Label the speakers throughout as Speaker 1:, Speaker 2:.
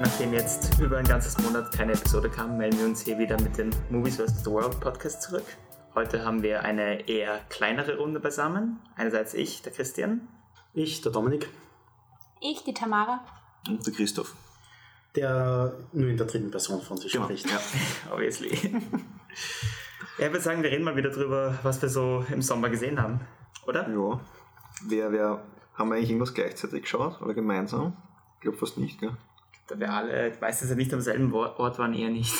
Speaker 1: nachdem jetzt über ein ganzes Monat keine Episode kam, melden wir uns hier wieder mit dem Movies vs. the World Podcast zurück. Heute haben wir eine eher kleinere Runde beisammen. Einerseits ich, der Christian.
Speaker 2: Ich, der Dominik.
Speaker 3: Ich, die Tamara.
Speaker 4: Und der Christoph.
Speaker 2: Der nur in der dritten Person von sich
Speaker 4: Genau,
Speaker 2: spricht.
Speaker 4: ja.
Speaker 1: Obviously. ja, ich würde sagen, wir reden mal wieder drüber, was wir so im Sommer gesehen haben, oder?
Speaker 4: ja. Wer, wer, haben wir eigentlich irgendwas gleichzeitig geschaut oder gemeinsam? Ich glaube fast nicht, gell?
Speaker 1: Da wir alle, die meisten sind nicht am selben Wo- Ort waren, eher nicht.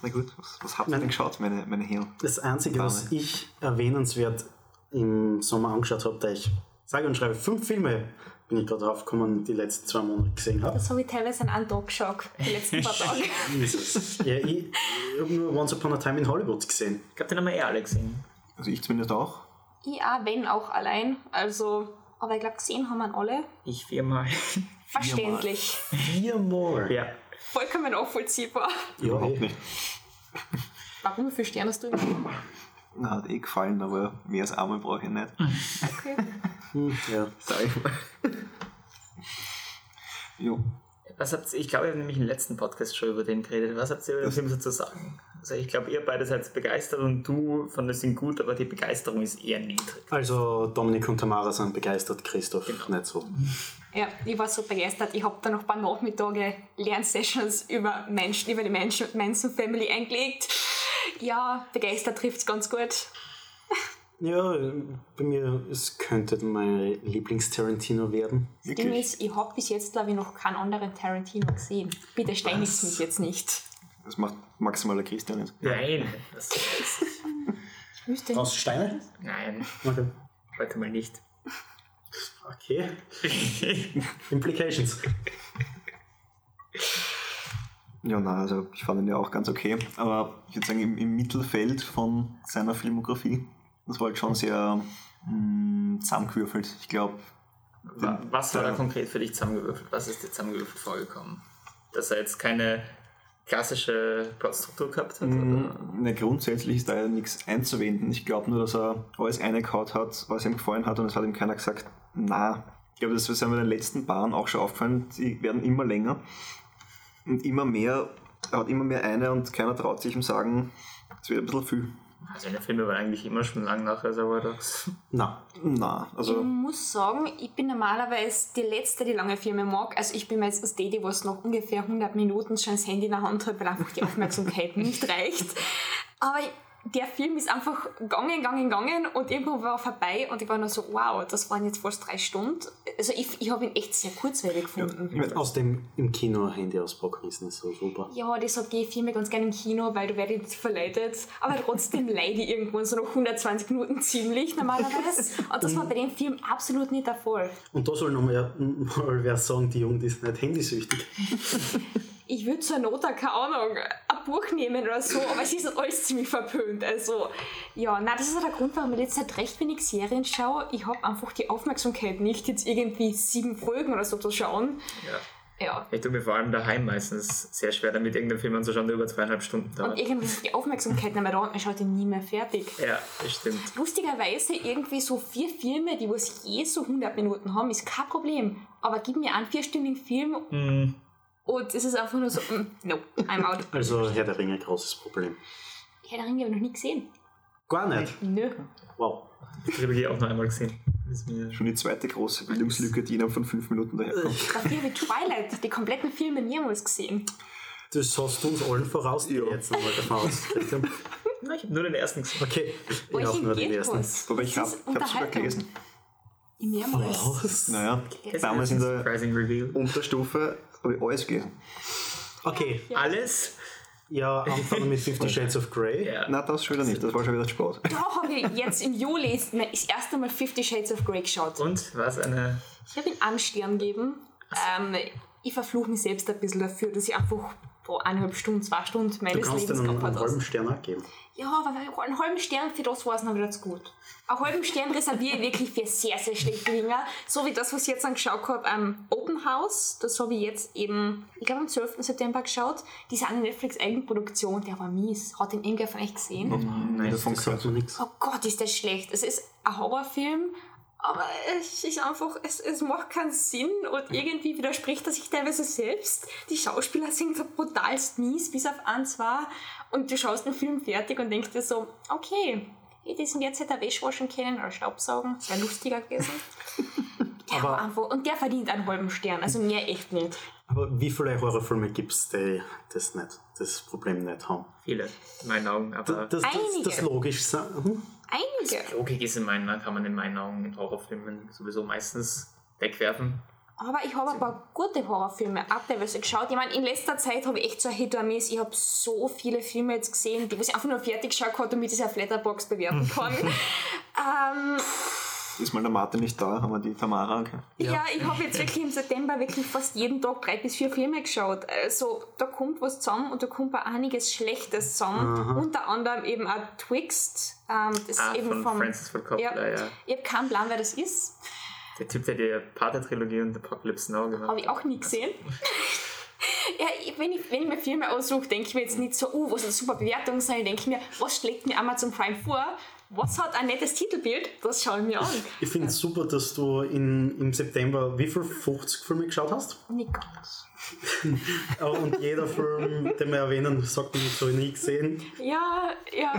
Speaker 4: Na gut, was, was habt ihr denn geschaut, meine, meine Herren?
Speaker 2: Das Einzige, was
Speaker 4: Wahnsinn.
Speaker 2: ich erwähnenswert im Sommer angeschaut habe, da ich sage und schreibe fünf Filme, bin ich gerade drauf gekommen, die letzten zwei Monate gesehen habe.
Speaker 3: Das habe ich teilweise einen Andock-Schock die letzten paar Tage.
Speaker 2: Jesus. ja, ich, ich habe nur Once Upon a Time in Hollywood gesehen.
Speaker 1: Ich glaube, den haben wir eher alle gesehen.
Speaker 4: Also ich zumindest auch.
Speaker 3: Ich auch, wenn auch allein. Also, aber ich glaube, gesehen haben wir ihn alle.
Speaker 1: Ich viermal.
Speaker 3: Verständlich.
Speaker 2: Viermal. Ja.
Speaker 1: ja.
Speaker 3: Vollkommen nachvollziehbar.
Speaker 2: ja
Speaker 4: Überhaupt
Speaker 2: eh.
Speaker 4: nicht.
Speaker 3: Warum viel Sterne hast du ihm?
Speaker 4: Na, hat eh gefallen, aber mehr als einmal brauche ich nicht.
Speaker 3: Okay.
Speaker 2: Hm, ja.
Speaker 4: Sag ich mal. jo.
Speaker 1: Was habt ihr, ich glaube, ihr habt nämlich im letzten Podcast schon über den geredet. Was habt ihr über den Film so zu sagen? Also ich glaube, ihr beide seid begeistert und du fandest ihn gut, aber die Begeisterung ist eher niedrig.
Speaker 2: Also Dominik und Tamara sind begeistert, Christoph
Speaker 4: Genau.
Speaker 2: nicht so.
Speaker 3: Ja, ich war so begeistert. Ich habe dann noch ein paar Nachmittage Lernsessions über Menschen, über die Menschen, Manson Family eingelegt. Ja, begeistert trifft es ganz gut.
Speaker 2: Ja, bei mir, es könnte mein Lieblings-Tarantino werden.
Speaker 3: Das Ding ist, ich habe bis jetzt, glaube ich, noch keinen anderen Tarantino gesehen. Bitte steinigt mich jetzt nicht.
Speaker 4: Das macht maximal der Christian jetzt.
Speaker 1: Nein. Das,
Speaker 3: Ich müsste
Speaker 2: Aus Steine?
Speaker 1: nein,
Speaker 2: Okay.
Speaker 1: heute mal nicht.
Speaker 2: Okay. Implications.
Speaker 4: Ja, nein, also ich fand ihn ja auch ganz okay. Aber ich würde sagen, im, im Mittelfeld von seiner Filmografie, das war halt schon sehr mh, zusammengewürfelt. Ich glaube,
Speaker 1: Wa- Was war da konkret für dich zusammengewürfelt? Was ist dir zusammengewürfelt vorgekommen? Dass er jetzt keine klassische Plotstruktur gehabt hat?
Speaker 4: Mm,
Speaker 1: oder?
Speaker 4: Ne, grundsätzlich ist da ja nichts einzuwenden. Ich glaube nur, dass er alles eingekaut hat, was ihm gefallen hat und es hat ihm keiner gesagt, na. Ich glaube, das ist ja bei den letzten Bahnen auch schon aufgefallen. Die werden immer länger und immer mehr, er hat immer mehr eine und keiner traut sich ihm sagen, es wird ein bisschen viel.
Speaker 1: Also in den Filmen waren eigentlich immer schon lang nach Reservoir Dogs.
Speaker 2: Na,
Speaker 4: Na, also.
Speaker 3: Ich muss sagen, ich bin normalerweise die Letzte, die lange Filme mag. Also ich bin meistens als die, die was noch ungefähr 100 Minuten schon das Handy in der Hand hat, weil einfach die Aufmerksamkeit nicht reicht. Aber ich- der Film ist einfach gegangen, gegangen, gegangen und irgendwo war er vorbei und ich war nur so, wow, das waren jetzt fast drei Stunden. Also ich, ich habe ihn echt sehr kurzweilig gefunden.
Speaker 2: aus dem im Kino Handy auspacken ist nicht so super.
Speaker 3: Ja, deshalb gehe ich Filme ganz gerne im Kino, weil du werde ich nicht verleitet. Aber trotzdem leide ich irgendwann so nach 120 Minuten ziemlich normalerweise. Und das war bei dem Film absolut nicht der Fall.
Speaker 2: Und da soll noch mal, mal wer sagen, die Jugend ist nicht handysüchtig.
Speaker 3: ich würde zur Not, auch, keine Ahnung, ein Buch nehmen oder so, aber es ist halt alles ziemlich verpönt. Also, ja, na, das ist auch der Grund, warum ich letzte Zeit recht wenig Serien schaue. Ich habe einfach die Aufmerksamkeit nicht, jetzt irgendwie sieben Folgen oder so zu schauen.
Speaker 1: Ja.
Speaker 3: Ja.
Speaker 1: Ich tue mir vor allem daheim meistens sehr schwer damit, irgendeinen Film anzuschauen, der über zweieinhalb Stunden
Speaker 3: Und
Speaker 1: dauert.
Speaker 3: irgendwie ist die Aufmerksamkeit nicht mehr da und man schaut ihn nie mehr fertig.
Speaker 1: Ja, das stimmt.
Speaker 3: Lustigerweise irgendwie so vier Filme, die was je so 100 Minuten haben, ist kein Problem. Aber gib mir einen vierstündigen Film
Speaker 1: Hm,
Speaker 3: und es ist einfach nur so, mm, no, I'm out.
Speaker 2: Also Herr der Ringe, großes Problem.
Speaker 3: Ich hätte den Ring aber noch nie gesehen.
Speaker 2: Gar nicht.
Speaker 3: Nö.
Speaker 2: Wow.
Speaker 1: die Trilogie auch noch einmal gesehen. Ist mir
Speaker 4: Schon die zweite große Bildungslücke, die innerhalb von fünf Minuten daherkommt.
Speaker 3: Dafür habe ich Twilight, die kompletten Filme mehrmals gesehen.
Speaker 2: Das hast du uns allen voraus, die
Speaker 4: Ja.
Speaker 2: jetzt einmal davon ausgekriegt haben.
Speaker 1: Na, ich habe nur den ersten gesehen.
Speaker 2: Okay,
Speaker 3: Wo
Speaker 2: ich auch
Speaker 3: ich
Speaker 2: nur den
Speaker 3: geht
Speaker 2: ersten.
Speaker 3: was?
Speaker 4: Wobei ich
Speaker 3: Das
Speaker 4: habe
Speaker 3: ist
Speaker 4: es sogar
Speaker 3: Unterhaltung.
Speaker 4: gelesen.
Speaker 3: Mehrmals.
Speaker 4: Naja,
Speaker 1: Das
Speaker 4: damals
Speaker 1: ist
Speaker 4: in
Speaker 1: ein
Speaker 4: der
Speaker 1: Surprising Reveal.
Speaker 4: Unterstufe habe ich alles gelesen.
Speaker 2: Okay,
Speaker 1: Alles?
Speaker 2: ja, anfangen mit Fifty Shades of Grey.
Speaker 1: Ja.
Speaker 4: Na, das schon wieder nicht, das war schon wieder zu spät.
Speaker 3: Da habe ich jetzt im Juli mein- das erste Mal Fifty Shades of Grey geschaut.
Speaker 1: Und was eine.
Speaker 3: Ich habe ihn einen Stern gegeben. Ähm, ich verfluche mich selbst ein bisschen dafür, dass ich einfach boah, eineinhalb Stunden, zwei Stunden
Speaker 2: Du
Speaker 3: meines
Speaker 2: kannst
Speaker 3: Lebens
Speaker 2: denen einen,
Speaker 3: geopfert
Speaker 2: einen
Speaker 3: habe.
Speaker 2: halben Stern abgeben.
Speaker 3: Ja, aber einen halben Stern für das war es noch wieder zu gut. Einen halben Stern reserviere ich wirklich für sehr, sehr schlechte Dinge. So wie das, was ich jetzt angeschaut habe am Open House. Das habe ich jetzt eben, ich glaube am 12. September geschaut. Diese eine Netflix-Eigenproduktion, der war mies. Hat den irgendwer von euch gesehen?
Speaker 4: Nein, davon
Speaker 2: Das sagt
Speaker 4: gehört.
Speaker 2: mir nichts.
Speaker 3: Oh Gott, ist das schlecht. Es ist ein Horrorfilm, Aber es ist einfach, es, es macht keinen Sinn und irgendwie widerspricht er sich teilweise selbst. Die Schauspieler sind so brutalst mies, bis auf ein, zwei. Und du schaust den Film fertig und denkst dir so, okay, hey, die sind jetzt hätte Wäschwaschen können oder Staubsaugen. Wäre lustiger gewesen. Der
Speaker 2: Aber-
Speaker 3: war einfach, und der verdient einen halben Stern, also mehr echt nicht.
Speaker 2: Aber wie viele Horrorfilme gibt es, die das nicht, das Problem nicht haben?
Speaker 1: Viele, in meinen Augen. Aber
Speaker 2: Das, das, das, das
Speaker 3: Einige.
Speaker 2: logisch sein. Mhm.
Speaker 3: Einige.
Speaker 1: Logik ist in meinen Augen, kann man in meinen Augen in Horrorfilmen sowieso meistens wegwerfen.
Speaker 3: Aber ich habe ein paar gute Horrorfilme auch teilweise geschaut. Ich meine, in letzter Zeit habe ich echt so ein Hit or Miss. Ich habe so viele Filme jetzt gesehen, die was ich einfach nur fertig geschaut habe, damit ich sie auf Letterbox bewerten kann. ähm,
Speaker 4: Ist mal der Martin nicht da, haben wir die Tamara. Okay.
Speaker 3: ja. ich habe jetzt wirklich im September wirklich fast jeden Tag drei bis vier Filme geschaut. Also da kommt was zusammen und da kommt auch einiges Schlechtes zusammen. Unter anderem eben auch Twixt. Ähm, das
Speaker 1: Ah,
Speaker 3: ist eben
Speaker 1: von
Speaker 3: vom,
Speaker 1: Francis Ford Coppola,
Speaker 3: ja.
Speaker 1: ja.
Speaker 3: Ich habe keinen Plan, wer das ist.
Speaker 1: Der Typ, der die Pater-Trilogie und Apocalypse Now gemacht
Speaker 3: Habe ich auch nie gesehen. ja, ich- wenn, ich, wenn ich mir Filme aussuche, denke ich mir jetzt nicht so, oh, was eine super Bewertung sein. Ich denke mir, was schlägt mir Amazon Prime vor? Was hat ein nettes Titelbild? Das schaue ich mir an.
Speaker 2: Ich finde es super, dass du in, im September wie viel 50 Filme geschaut hast.
Speaker 3: Nicht ganz.
Speaker 2: Äh, Und jeder Film, den wir erwähnen, sagt man, ich habe nie gesehen.
Speaker 3: Ja, ja.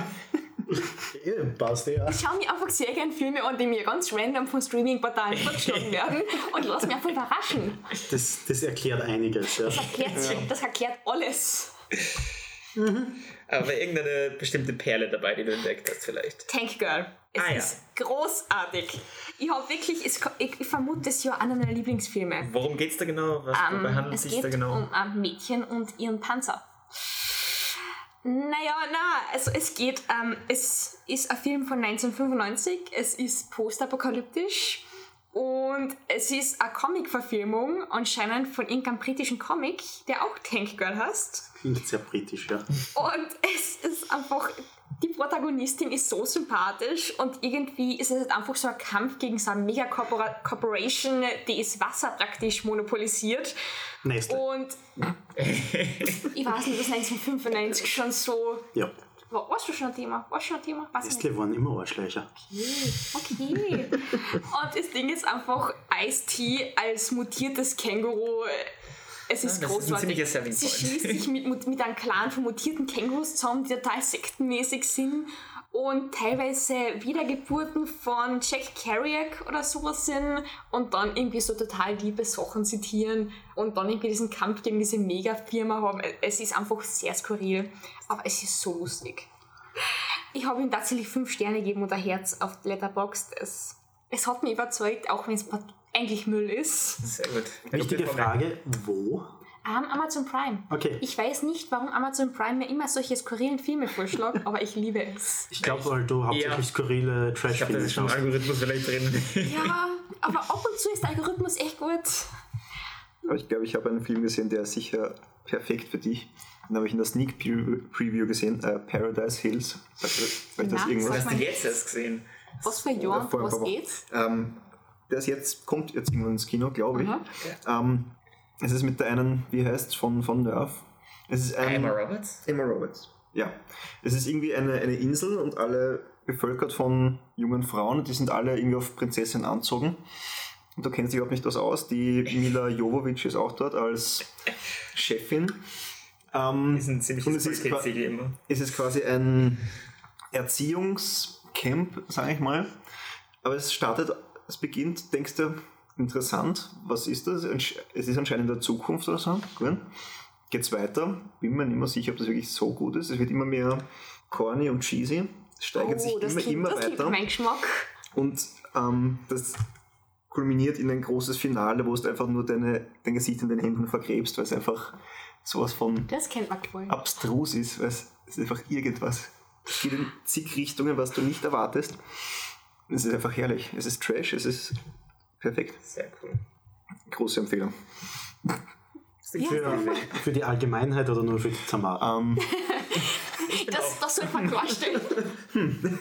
Speaker 2: Eh, Passt ja.
Speaker 3: Ich schaue mir einfach sehr gerne Filme an, die mir ganz random von Streaming-Portalen vorgeschlagen werden und lasse mich einfach überraschen.
Speaker 2: Das, das erklärt einiges. Ja.
Speaker 3: Das erklärt, das erklärt alles.
Speaker 1: Aber irgendeine bestimmte Perle dabei, die du entdeckt hast, vielleicht.
Speaker 3: Tank Girl. Es
Speaker 1: Ah, ja.
Speaker 3: ist großartig. Ich habe wirklich, es- ich ich vermute, das ist ja einer meiner Lieblingsfilme.
Speaker 1: Worum geht's da genau? Was
Speaker 3: Ähm,
Speaker 1: wobei handelt es
Speaker 3: es
Speaker 1: sich
Speaker 3: geht
Speaker 1: da genau?
Speaker 3: um ein Mädchen und ihren Panzer. Naja, na, also es geht, ähm, es ist ein Film von 1995, es ist postapokalyptisch und es ist eine Comic-Verfilmung, anscheinend von irgendeinem britischen Comic, der auch Tank Girl heißt.
Speaker 2: Klingt sehr britisch, ja.
Speaker 3: Und es ist einfach, die Protagonistin ist so sympathisch und irgendwie ist es halt einfach so ein Kampf gegen so eine Mega-Corporation, die ist Wasser praktisch monopolisiert.
Speaker 2: Nestle.
Speaker 3: Und ich weiß nicht, das 1995 schon so.
Speaker 2: Ja.
Speaker 3: War, warst du schon ein Thema? Warst du schon ein Thema? Weiß ich nicht.
Speaker 2: Nestle waren immer Arschlöcher.
Speaker 3: Okay. Und das Ding ist einfach Ice-T als mutiertes Känguru. äh, Es ist
Speaker 1: das ist ein
Speaker 3: großartig.
Speaker 1: ziemlicher Selling
Speaker 3: Sie
Speaker 1: Point.
Speaker 3: schließt sich mit, mit, mit einem Clan von mutierten Kängurus zusammen, die total sektenmäßig sind und teilweise Wiedergeburten von Jack Kerouac oder sowas sind und dann irgendwie so total liebe Sachen zitieren und dann irgendwie diesen Kampf gegen diese Mega-Firma haben. Es ist einfach sehr skurril, aber es ist so lustig. Ich habe ihm tatsächlich fünf Sterne gegeben und ein Herz auf Letterboxd. Es, es hat mich überzeugt, auch wenn es eigentlich Müll ist.
Speaker 1: Sehr gut.
Speaker 2: Wichtige Frage, wo?
Speaker 3: Ähm, Amazon Prime.
Speaker 2: Okay.
Speaker 3: Ich weiß nicht, warum Amazon Prime mir immer solche skurrilen Filme vorschlägt, aber ich liebe es.
Speaker 2: Ich glaube, weil du hauptsächlich
Speaker 1: Ja. Ich
Speaker 2: skurrile
Speaker 1: glaube, das
Speaker 2: Trash-Filme
Speaker 1: ist schon im
Speaker 2: schaust.
Speaker 1: Algorithmus vielleicht drin.
Speaker 3: Ja, aber ab und zu ist der Algorithmus echt gut.
Speaker 4: Aber ich glaube, ich habe einen Film gesehen, der ist sicher perfekt für dich. Den habe ich in der Sneak Pre- Preview gesehen, äh, Paradise Hills. Sagt ihr- sagt das
Speaker 3: Na,
Speaker 4: irgendwas?
Speaker 1: Hast du jetzt erst gesehen?
Speaker 3: Was für
Speaker 4: Oder
Speaker 3: Jahren,
Speaker 4: vor ein
Speaker 3: was
Speaker 4: paar Wochen.
Speaker 3: geht's?
Speaker 4: Ähm, der ist jetzt, kommt jetzt irgendwann ins Kino, glaube ich. Ähm, es ist mit der einen, wie heißt von, von Nerve? Es ist ein,
Speaker 1: Emma Roberts?
Speaker 4: Emma Roberts. Ja. Es ist irgendwie eine, eine Insel und alle bevölkert von jungen Frauen, die sind alle irgendwie auf Prinzessin anzogen. Und da kennt sich überhaupt nicht das aus. Die Mila Jovovich ist auch dort als Chefin. Ähm,
Speaker 1: Ist ein
Speaker 4: und
Speaker 1: ziemliches
Speaker 4: es ist, qua-
Speaker 1: Qualitätssiegel immer.
Speaker 4: es ist quasi ein Erziehungscamp, sage ich mal. Aber es startet, es beginnt, denkst du, interessant, was ist das? Entsch- Es ist anscheinend in der Zukunft oder so. Gut. Geht's weiter? Bin mir nicht mehr sicher, ob das wirklich so gut ist. Es wird immer mehr corny und cheesy. Es steigert sich
Speaker 3: Oh, das
Speaker 4: immer,
Speaker 3: klingt,
Speaker 4: immer
Speaker 3: das klingt
Speaker 4: weiter.
Speaker 3: mein Geschmack.
Speaker 4: Und ähm, das kulminiert in ein großes Finale, wo du einfach nur deine, dein Gesicht in den Händen vergräbst, weil es einfach sowas von
Speaker 3: Das kennt man wohl.
Speaker 4: abstrus ist, weil es ist einfach irgendwas. Es geht in zig Richtungen, was du nicht erwartest. Es ist einfach herrlich. Es ist Trash, es ist perfekt.
Speaker 1: Sehr cool.
Speaker 4: Große Empfehlung.
Speaker 2: Für, für die Allgemeinheit oder nur für die Ah, Tamara?
Speaker 4: Ähm,
Speaker 3: Das, das sollte man klarstellen.
Speaker 4: Hm.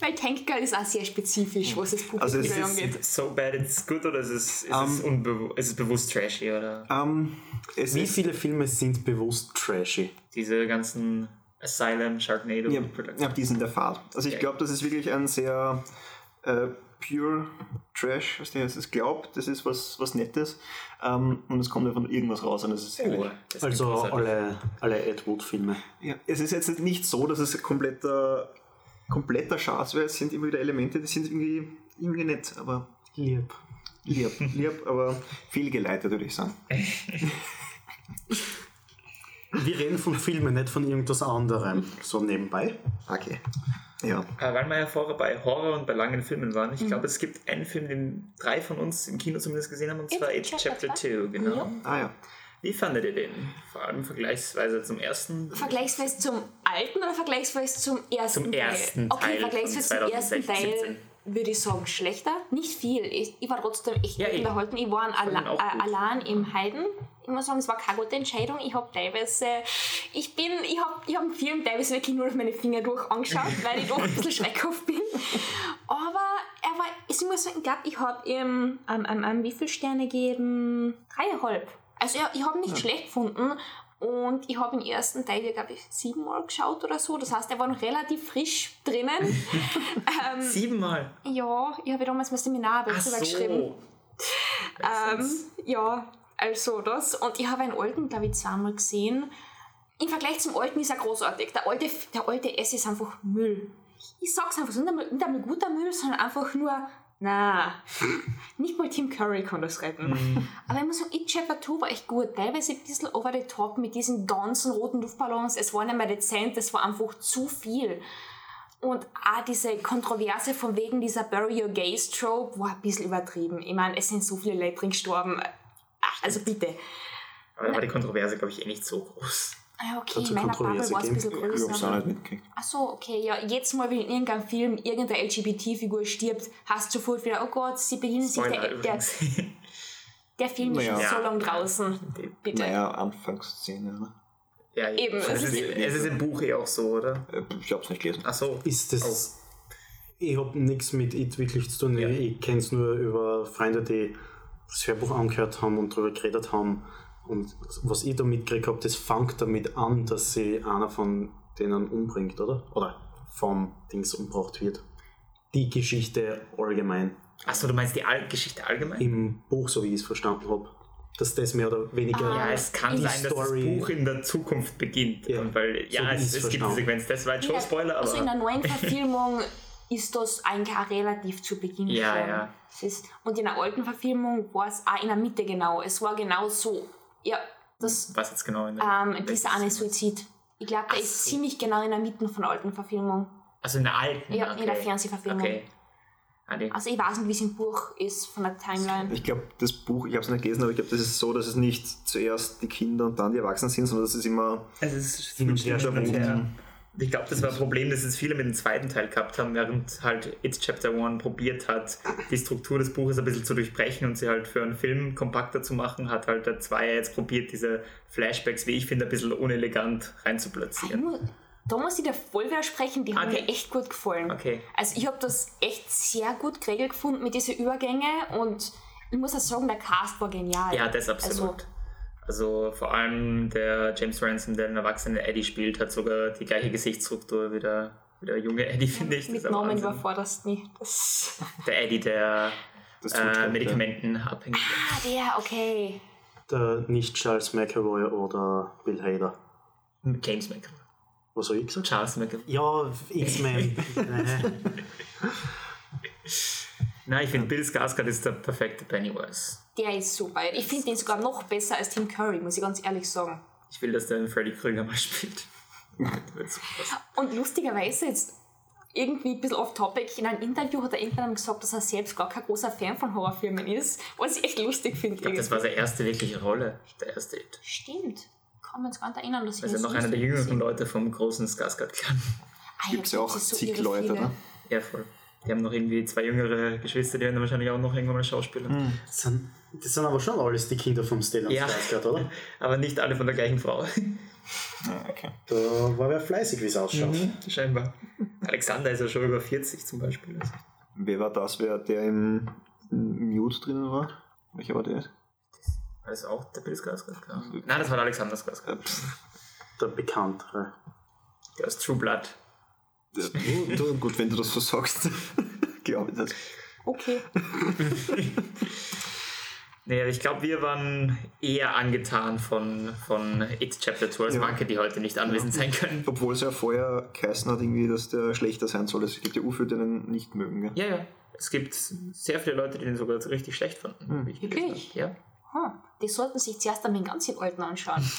Speaker 3: Weil Tank Girl ist auch sehr spezifisch, was das
Speaker 4: Also
Speaker 3: Publikum
Speaker 4: es
Speaker 3: also
Speaker 4: ist-
Speaker 3: angeht.
Speaker 1: So bad it's good oder ist es, ist es, unbewu- ist es bewusst trashy oder
Speaker 4: ähm, es
Speaker 2: Wie
Speaker 4: ist,
Speaker 2: viele Filme sind bewusst trashy?
Speaker 1: diese ganzen Asylum, Sharknado Oh,
Speaker 4: ja,
Speaker 1: Productions?
Speaker 4: ja, die sind der Fahrt. Also ich glaube, das ist wirklich ein sehr äh, pure Trash, was der jetzt glaubt, das ist was, was Nettes ähm, und es kommt einfach irgendwas raus und das ist herrlich.
Speaker 1: das klingt
Speaker 2: Also
Speaker 1: großartig.
Speaker 4: oh.
Speaker 2: alle, alle Ed Wood-Filme.
Speaker 4: Ja, es ist jetzt nicht so, dass es ein kompletter, kompletter Schatz wäre, es sind immer wieder Elemente, die sind irgendwie, irgendwie nett, aber
Speaker 2: Lieb.
Speaker 4: lieb, lieb, aber fehlgeleitet, würde ich sagen.
Speaker 2: Wir reden von Filmen, nicht von irgendwas anderem. So nebenbei.
Speaker 4: Okay. Ja.
Speaker 1: Äh, weil wir ja vorher bei Horror und bei langen Filmen waren, ich
Speaker 3: Mhm.
Speaker 1: glaube, es gibt einen Film, den drei von uns im Kino zumindest gesehen haben, und
Speaker 3: It
Speaker 1: zwar It Chapter
Speaker 3: Chapter
Speaker 1: 2, genau.
Speaker 3: Ja.
Speaker 4: Ah ja.
Speaker 1: Wie fandet ihr den? Vor allem vergleichsweise zum ersten.
Speaker 3: Vergleichsweise zum alten oder vergleichsweise zum ersten
Speaker 1: Zum ersten
Speaker 3: Teil?
Speaker 1: Teil
Speaker 3: Okay, vergleichsweise
Speaker 1: von
Speaker 3: zum ersten
Speaker 1: 2016.
Speaker 3: Teil würde ich sagen, schlechter. Nicht viel. Ich, ich war trotzdem echt
Speaker 1: Ja, eh.
Speaker 3: unterhalten. Ich war
Speaker 1: fand
Speaker 3: ein
Speaker 1: ihn auch
Speaker 3: Ala- äh,
Speaker 1: gut.
Speaker 3: allein im Heiden. Ich muss sagen, es war keine gute Entscheidung. Ich habe teilweise, ich bin, ich habe ich hab einen Film teilweise wirklich nur auf meine Finger durch angeschaut, weil ich doch ein bisschen schreckhaft bin. Aber er war, ich muss sagen, ich glaube, ich habe ihm, ähm, ähm, ähm, wie viele Sterne gegeben? Dreieinhalb. Also ja, ich habe ihn nicht schlecht gefunden und ich habe den ersten Teil, glaube ich, siebenmal geschaut oder so. Das heißt, er war noch relativ frisch drinnen.
Speaker 1: Siebenmal.
Speaker 3: ja, ich habe damals mein Seminar
Speaker 1: Ach
Speaker 3: darüber geschrieben.
Speaker 1: so.
Speaker 3: Ähm, ja, also das. Und ich habe einen alten, glaube ich, zweimal gesehen. Im Vergleich zum alten ist er großartig. Der alte, der alte S ist einfach Müll. Ich sag's einfach so, nicht einmal, nicht einmal guter Müll, sondern einfach nur, na, nicht mal Tim Curry kann das retten. Aber ich muss sagen, It Chapter 2 war echt gut. Teilweise ein bisschen over the top mit diesen ganzen roten Luftballons. Es war nicht mehr dezent, es war einfach zu viel. Und auch diese Kontroverse von wegen dieser Bury Your Gays Trope war ein bisschen übertrieben. Ich meine, es sind so viele Leute drin gestorben. Ach, Also bitte.
Speaker 1: Aber da war die Kontroverse, glaube ich, eh nicht so groß.
Speaker 3: Ah, Okay,
Speaker 2: Hat's
Speaker 3: in
Speaker 2: eine
Speaker 3: meiner Bubble
Speaker 2: Kontroverse
Speaker 3: war es ein bisschen
Speaker 2: gegeben?
Speaker 4: Ich hab's auch
Speaker 3: größer.
Speaker 4: nicht mitgekriegt.
Speaker 3: Ach so, okay, ja. Jedes Mal, wenn in irgendeinem Film irgendeine LGBT-Figur stirbt, hast du sofort wieder, oh Gott, sie bedienen sich
Speaker 1: Spoiler
Speaker 3: der, der,
Speaker 1: übrigens.
Speaker 3: der Film ist schon
Speaker 4: Naja.
Speaker 3: so lang draußen. Bitte.
Speaker 4: Naja, Anfangsszene. Oder?
Speaker 1: ja, ja.
Speaker 3: Eben,
Speaker 1: Es,
Speaker 3: es
Speaker 1: ist,
Speaker 3: ist-
Speaker 1: es ist im Buch eh auch so, oder?
Speaker 4: Äh, Ich hab's nicht gelesen.
Speaker 1: Ach so.
Speaker 2: Ist das. Ich habe nichts mit It wirklich zu tun. Ich, ich kenne es nur über Freunde, die das Hörbuch angehört haben und darüber geredet haben. Und was ich da mitgekriegt habe, das fängt damit an, dass sie einer von denen umbringt, oder? Oder vom Dings umgebracht wird. Die Geschichte allgemein.
Speaker 1: Ach so, du meinst die Al Geschichte allgemein?
Speaker 2: Im Buch, so wie ich es verstanden habe. Dass das mehr oder weniger.
Speaker 1: Ja, es kann
Speaker 2: Die
Speaker 1: sein, dass das
Speaker 2: Story-
Speaker 1: Buch in der Zukunft beginnt.
Speaker 2: Ja.
Speaker 1: Und weil,
Speaker 2: So
Speaker 1: ja,
Speaker 2: wie
Speaker 1: es,
Speaker 2: ich's
Speaker 1: es gibt die
Speaker 2: verstanden.
Speaker 1: Sequenz. Das war jetzt schon
Speaker 3: Ja,
Speaker 1: Spoiler, aber.
Speaker 3: Also in der neuen Verfilmung ist das eigentlich auch relativ zu Beginn
Speaker 1: Ja,
Speaker 3: schon.
Speaker 1: ja.
Speaker 3: Es ist, und in der alten Verfilmung war es auch in der Mitte genau. Es war genau so. Ja, das,
Speaker 1: was jetzt genau in der.
Speaker 3: ähm, dieser
Speaker 1: welches-
Speaker 3: eine Suizid. Ich glaube, der
Speaker 1: Ach
Speaker 3: ist
Speaker 1: so.
Speaker 3: ziemlich genau in der Mitte von der alten Verfilmung.
Speaker 1: Also in der alten.
Speaker 3: Ja, in der
Speaker 1: okay.
Speaker 3: Fernsehverfilmung.
Speaker 1: Okay. Ah, nee.
Speaker 3: Also ich weiß nicht, wie es im Buch ist von der Timeline.
Speaker 4: Ich glaube, das Buch, ich habe es nicht gelesen, aber ich glaube, das ist so, dass es nicht zuerst die Kinder und dann die Erwachsenen sind, sondern dass es immer
Speaker 1: Es ist
Speaker 2: Hin und her
Speaker 1: hin und
Speaker 2: schwingen.
Speaker 1: her. Ich glaube, das war ein Problem, das es viele mit dem zweiten Teil gehabt haben, während halt It's Chapter One probiert hat, die Struktur des Buches ein bisschen zu durchbrechen und sie halt für einen Film kompakter zu machen, hat halt der Zweier jetzt probiert, diese Flashbacks, wie ich finde, ein bisschen unelegant
Speaker 3: Ich
Speaker 1: reinzuplatzieren.
Speaker 3: mu- Da muss ich dir voll widersprechen, die haben
Speaker 1: Okay.
Speaker 3: mir echt gut gefallen.
Speaker 1: Okay.
Speaker 3: Also ich habe das echt sehr gut geregelt gefunden mit diesen Übergängen und ich muss auch sagen, der Cast war genial.
Speaker 1: Ja, das absolut. Also, vor allem der James Ransom, der den erwachsenen Eddie spielt, hat sogar die gleiche Gesichtsstruktur wie der, wie der junge Eddie, finde ich. Das
Speaker 3: Mit
Speaker 1: ist aber
Speaker 3: Namen
Speaker 1: Wahnsinn.
Speaker 3: überforderst mich. Das
Speaker 1: Der Eddie, der
Speaker 4: das
Speaker 1: äh,
Speaker 4: Zutreten.
Speaker 1: medikamentenabhängig
Speaker 3: ah, der, okay.
Speaker 2: Der nicht Charles McAvoy oder Bill Hader.
Speaker 1: ist. James McAvoy.
Speaker 2: Was habe ich gesagt?
Speaker 1: Charles McAvoy.
Speaker 2: Ja, X-Men. Nee.
Speaker 1: Nein, ich finde, Bill Skarsgård ist der perfekte Pennywise.
Speaker 3: Der ist super. Ich finde den sogar noch besser als Tim Curry, muss ich ganz ehrlich sagen.
Speaker 1: Ich will, dass der einen Freddy Krüger mal spielt. Das wird super.
Speaker 3: Und lustigerweise jetzt irgendwie ein bisschen off-topic, in einem Interview hat er irgendwann gesagt, dass er selbst gar kein großer Fan von Horrorfilmen ist, was ich echt lustig finde.
Speaker 1: ich glaube, das war seine erste wirkliche Rolle, der erste It.
Speaker 3: Stimmt. Kann man uns gar nicht erinnern, dass ich
Speaker 1: Das ist ja
Speaker 3: ihn
Speaker 1: noch
Speaker 3: so
Speaker 1: einer der
Speaker 3: lustig
Speaker 1: jüngeren
Speaker 3: gesehen habe.
Speaker 1: Leute vom großen Skarsgård-Clan.
Speaker 3: Ah,
Speaker 4: Gibt's ja
Speaker 3: da
Speaker 4: auch
Speaker 3: gibt's so
Speaker 4: zig
Speaker 3: irre
Speaker 4: Leute,
Speaker 3: viele.
Speaker 4: ne?
Speaker 1: Ja, voll. Die haben noch irgendwie zwei jüngere Geschwister, die werden wahrscheinlich auch noch irgendwann mal Schauspieler.
Speaker 4: Hm.
Speaker 2: Das sind, das sind aber schon alles die Kinder vom Stellan
Speaker 1: Ja.
Speaker 2: Skarsgård, oder?
Speaker 1: Aber nicht alle von der gleichen Frau.
Speaker 4: Ah, okay.
Speaker 2: Da war wer fleißig, wie es ausschaut.
Speaker 1: Mhm. Scheinbar. Alexander ist ja schon über 40 zum Beispiel. Also
Speaker 4: Wer war das, wer der im im Mute drinnen war? Welcher war der?
Speaker 1: Das ist auch der Bill Skarsgård. klar. Nein, das war der Alexander
Speaker 4: Äh,
Speaker 1: Skarsgård.
Speaker 2: Der Bekanntere.
Speaker 1: Der aus True Blood.
Speaker 4: Ja, du, du, gut, wenn du das so sagst. Glaube ich das.
Speaker 3: Okay.
Speaker 1: Nee, aber ich glaube, wir waren eher angetan von, von It Chapter 2 als
Speaker 4: Ja.
Speaker 1: manche, die heute nicht anwesend sein können.
Speaker 4: Obwohl es ja vorher geheißen hat, irgendwie, dass der schlechter sein soll. Es gibt ja Ufe, die den nicht mögen. Gell?
Speaker 1: Ja, ja. Es gibt sehr viele Leute, die den sogar so richtig schlecht fanden.
Speaker 4: Hm.
Speaker 1: wie ich gelesen
Speaker 3: Wirklich?
Speaker 1: habe. Ja.
Speaker 3: Hm. Die sollten sich zuerst einmal den ganzen alten anschauen.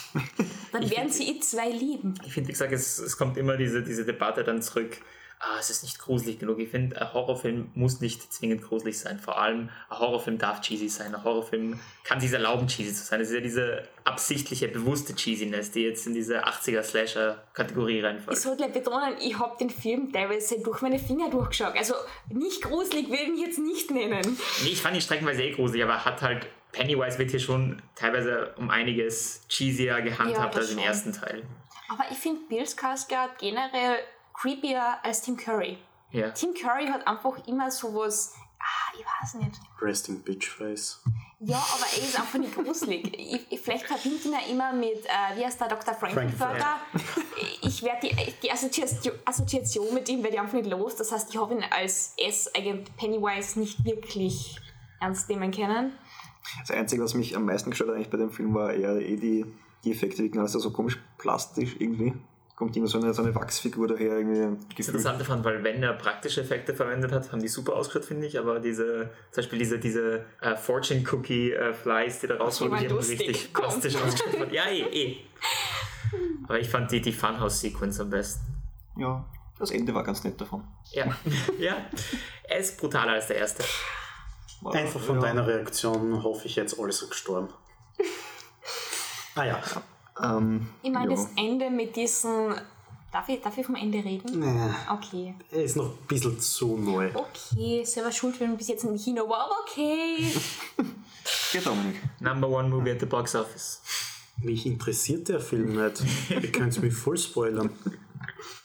Speaker 3: Dann werden sie i zwei lieben.
Speaker 1: Ich finde, wie gesagt, es, es kommt immer diese, diese Debatte dann zurück. Ah, es ist nicht gruselig genug. Ich finde, ein Horrorfilm muss nicht zwingend gruselig sein. Vor allem, ein Horrorfilm darf cheesy sein. Ein Horrorfilm kann sich erlauben, cheesy zu sein. Es ist ja diese absichtliche, bewusste Cheesiness, die jetzt in diese 80er-Slasher-Kategorie reinfällt.
Speaker 3: Ich sollte gleich betonen, ich habe den Film teilweise durch meine Finger durchgeschaut. Also nicht gruselig will ich ihn jetzt nicht nennen.
Speaker 1: Nee, ich fand ihn streckenweise eh gruselig, aber hat halt Pennywise wird hier schon teilweise um einiges cheesier
Speaker 3: Ja,
Speaker 1: gehandhabt
Speaker 3: das
Speaker 1: als im
Speaker 3: schon.
Speaker 1: ersten Teil.
Speaker 3: Aber ich finde Bill Skarsgård generell creepier als Tim Curry.
Speaker 1: Ja.
Speaker 3: Tim Curry hat einfach immer sowas, ah, ich weiß nicht.
Speaker 2: Resting Bitchface.
Speaker 3: Ja, aber er ist einfach nicht gruselig. Ich, ich, vielleicht verbinde ich ihn ja immer mit, äh, wie heißt der, Dr. Frankenfurter. Ich werde die, die Assoziation, Assoziation mit ihm werde ich einfach nicht los. Das heißt, ich habe ihn als S-Agent Pennywise nicht wirklich ernst nehmen können.
Speaker 4: Das Einzige, was mich am meisten gestört hat eigentlich bei dem Film, war eher eh die, die Effekte, die alles so komisch plastisch irgendwie. Kommt immer so eine, so eine Wachsfigur daher irgendwie.
Speaker 1: Das
Speaker 4: gefühlt.
Speaker 1: Interessante fand, weil wenn er praktische Effekte verwendet hat, haben die super ausgeschaut, finde ich, aber diese, zum Beispiel diese, diese äh, Fortune Cookie äh, Flies, die da rausholen,
Speaker 3: waren
Speaker 1: die haben
Speaker 3: lustig.
Speaker 1: richtig
Speaker 3: Komm.
Speaker 1: plastisch ausgeschaut. Ja, eh, eh. Aber ich fand die, die Funhouse-Sequence am besten.
Speaker 4: Ja, das Ende war ganz nett davon.
Speaker 1: Ja, ja. Er ist brutaler als der erste.
Speaker 4: War-
Speaker 2: Einfach von
Speaker 4: ja.
Speaker 2: deiner Reaktion hoffe ich jetzt alles ist gestorben. Ah ja.
Speaker 4: Ähm,
Speaker 3: Ich meine,
Speaker 4: ja.
Speaker 3: das Ende mit diesen. Darf ich, darf ich vom Ende reden?
Speaker 2: Nee,
Speaker 3: Okay.
Speaker 2: Äh, er ist noch ein bisschen zu neu.
Speaker 3: Okay, selber schuld, wenn ich bis jetzt im Kino war, aber okay.
Speaker 4: Ja, Dominik.
Speaker 1: Number one movie at the box office.
Speaker 2: Mich interessiert der Film nicht. Ihr könnt mich voll spoilern.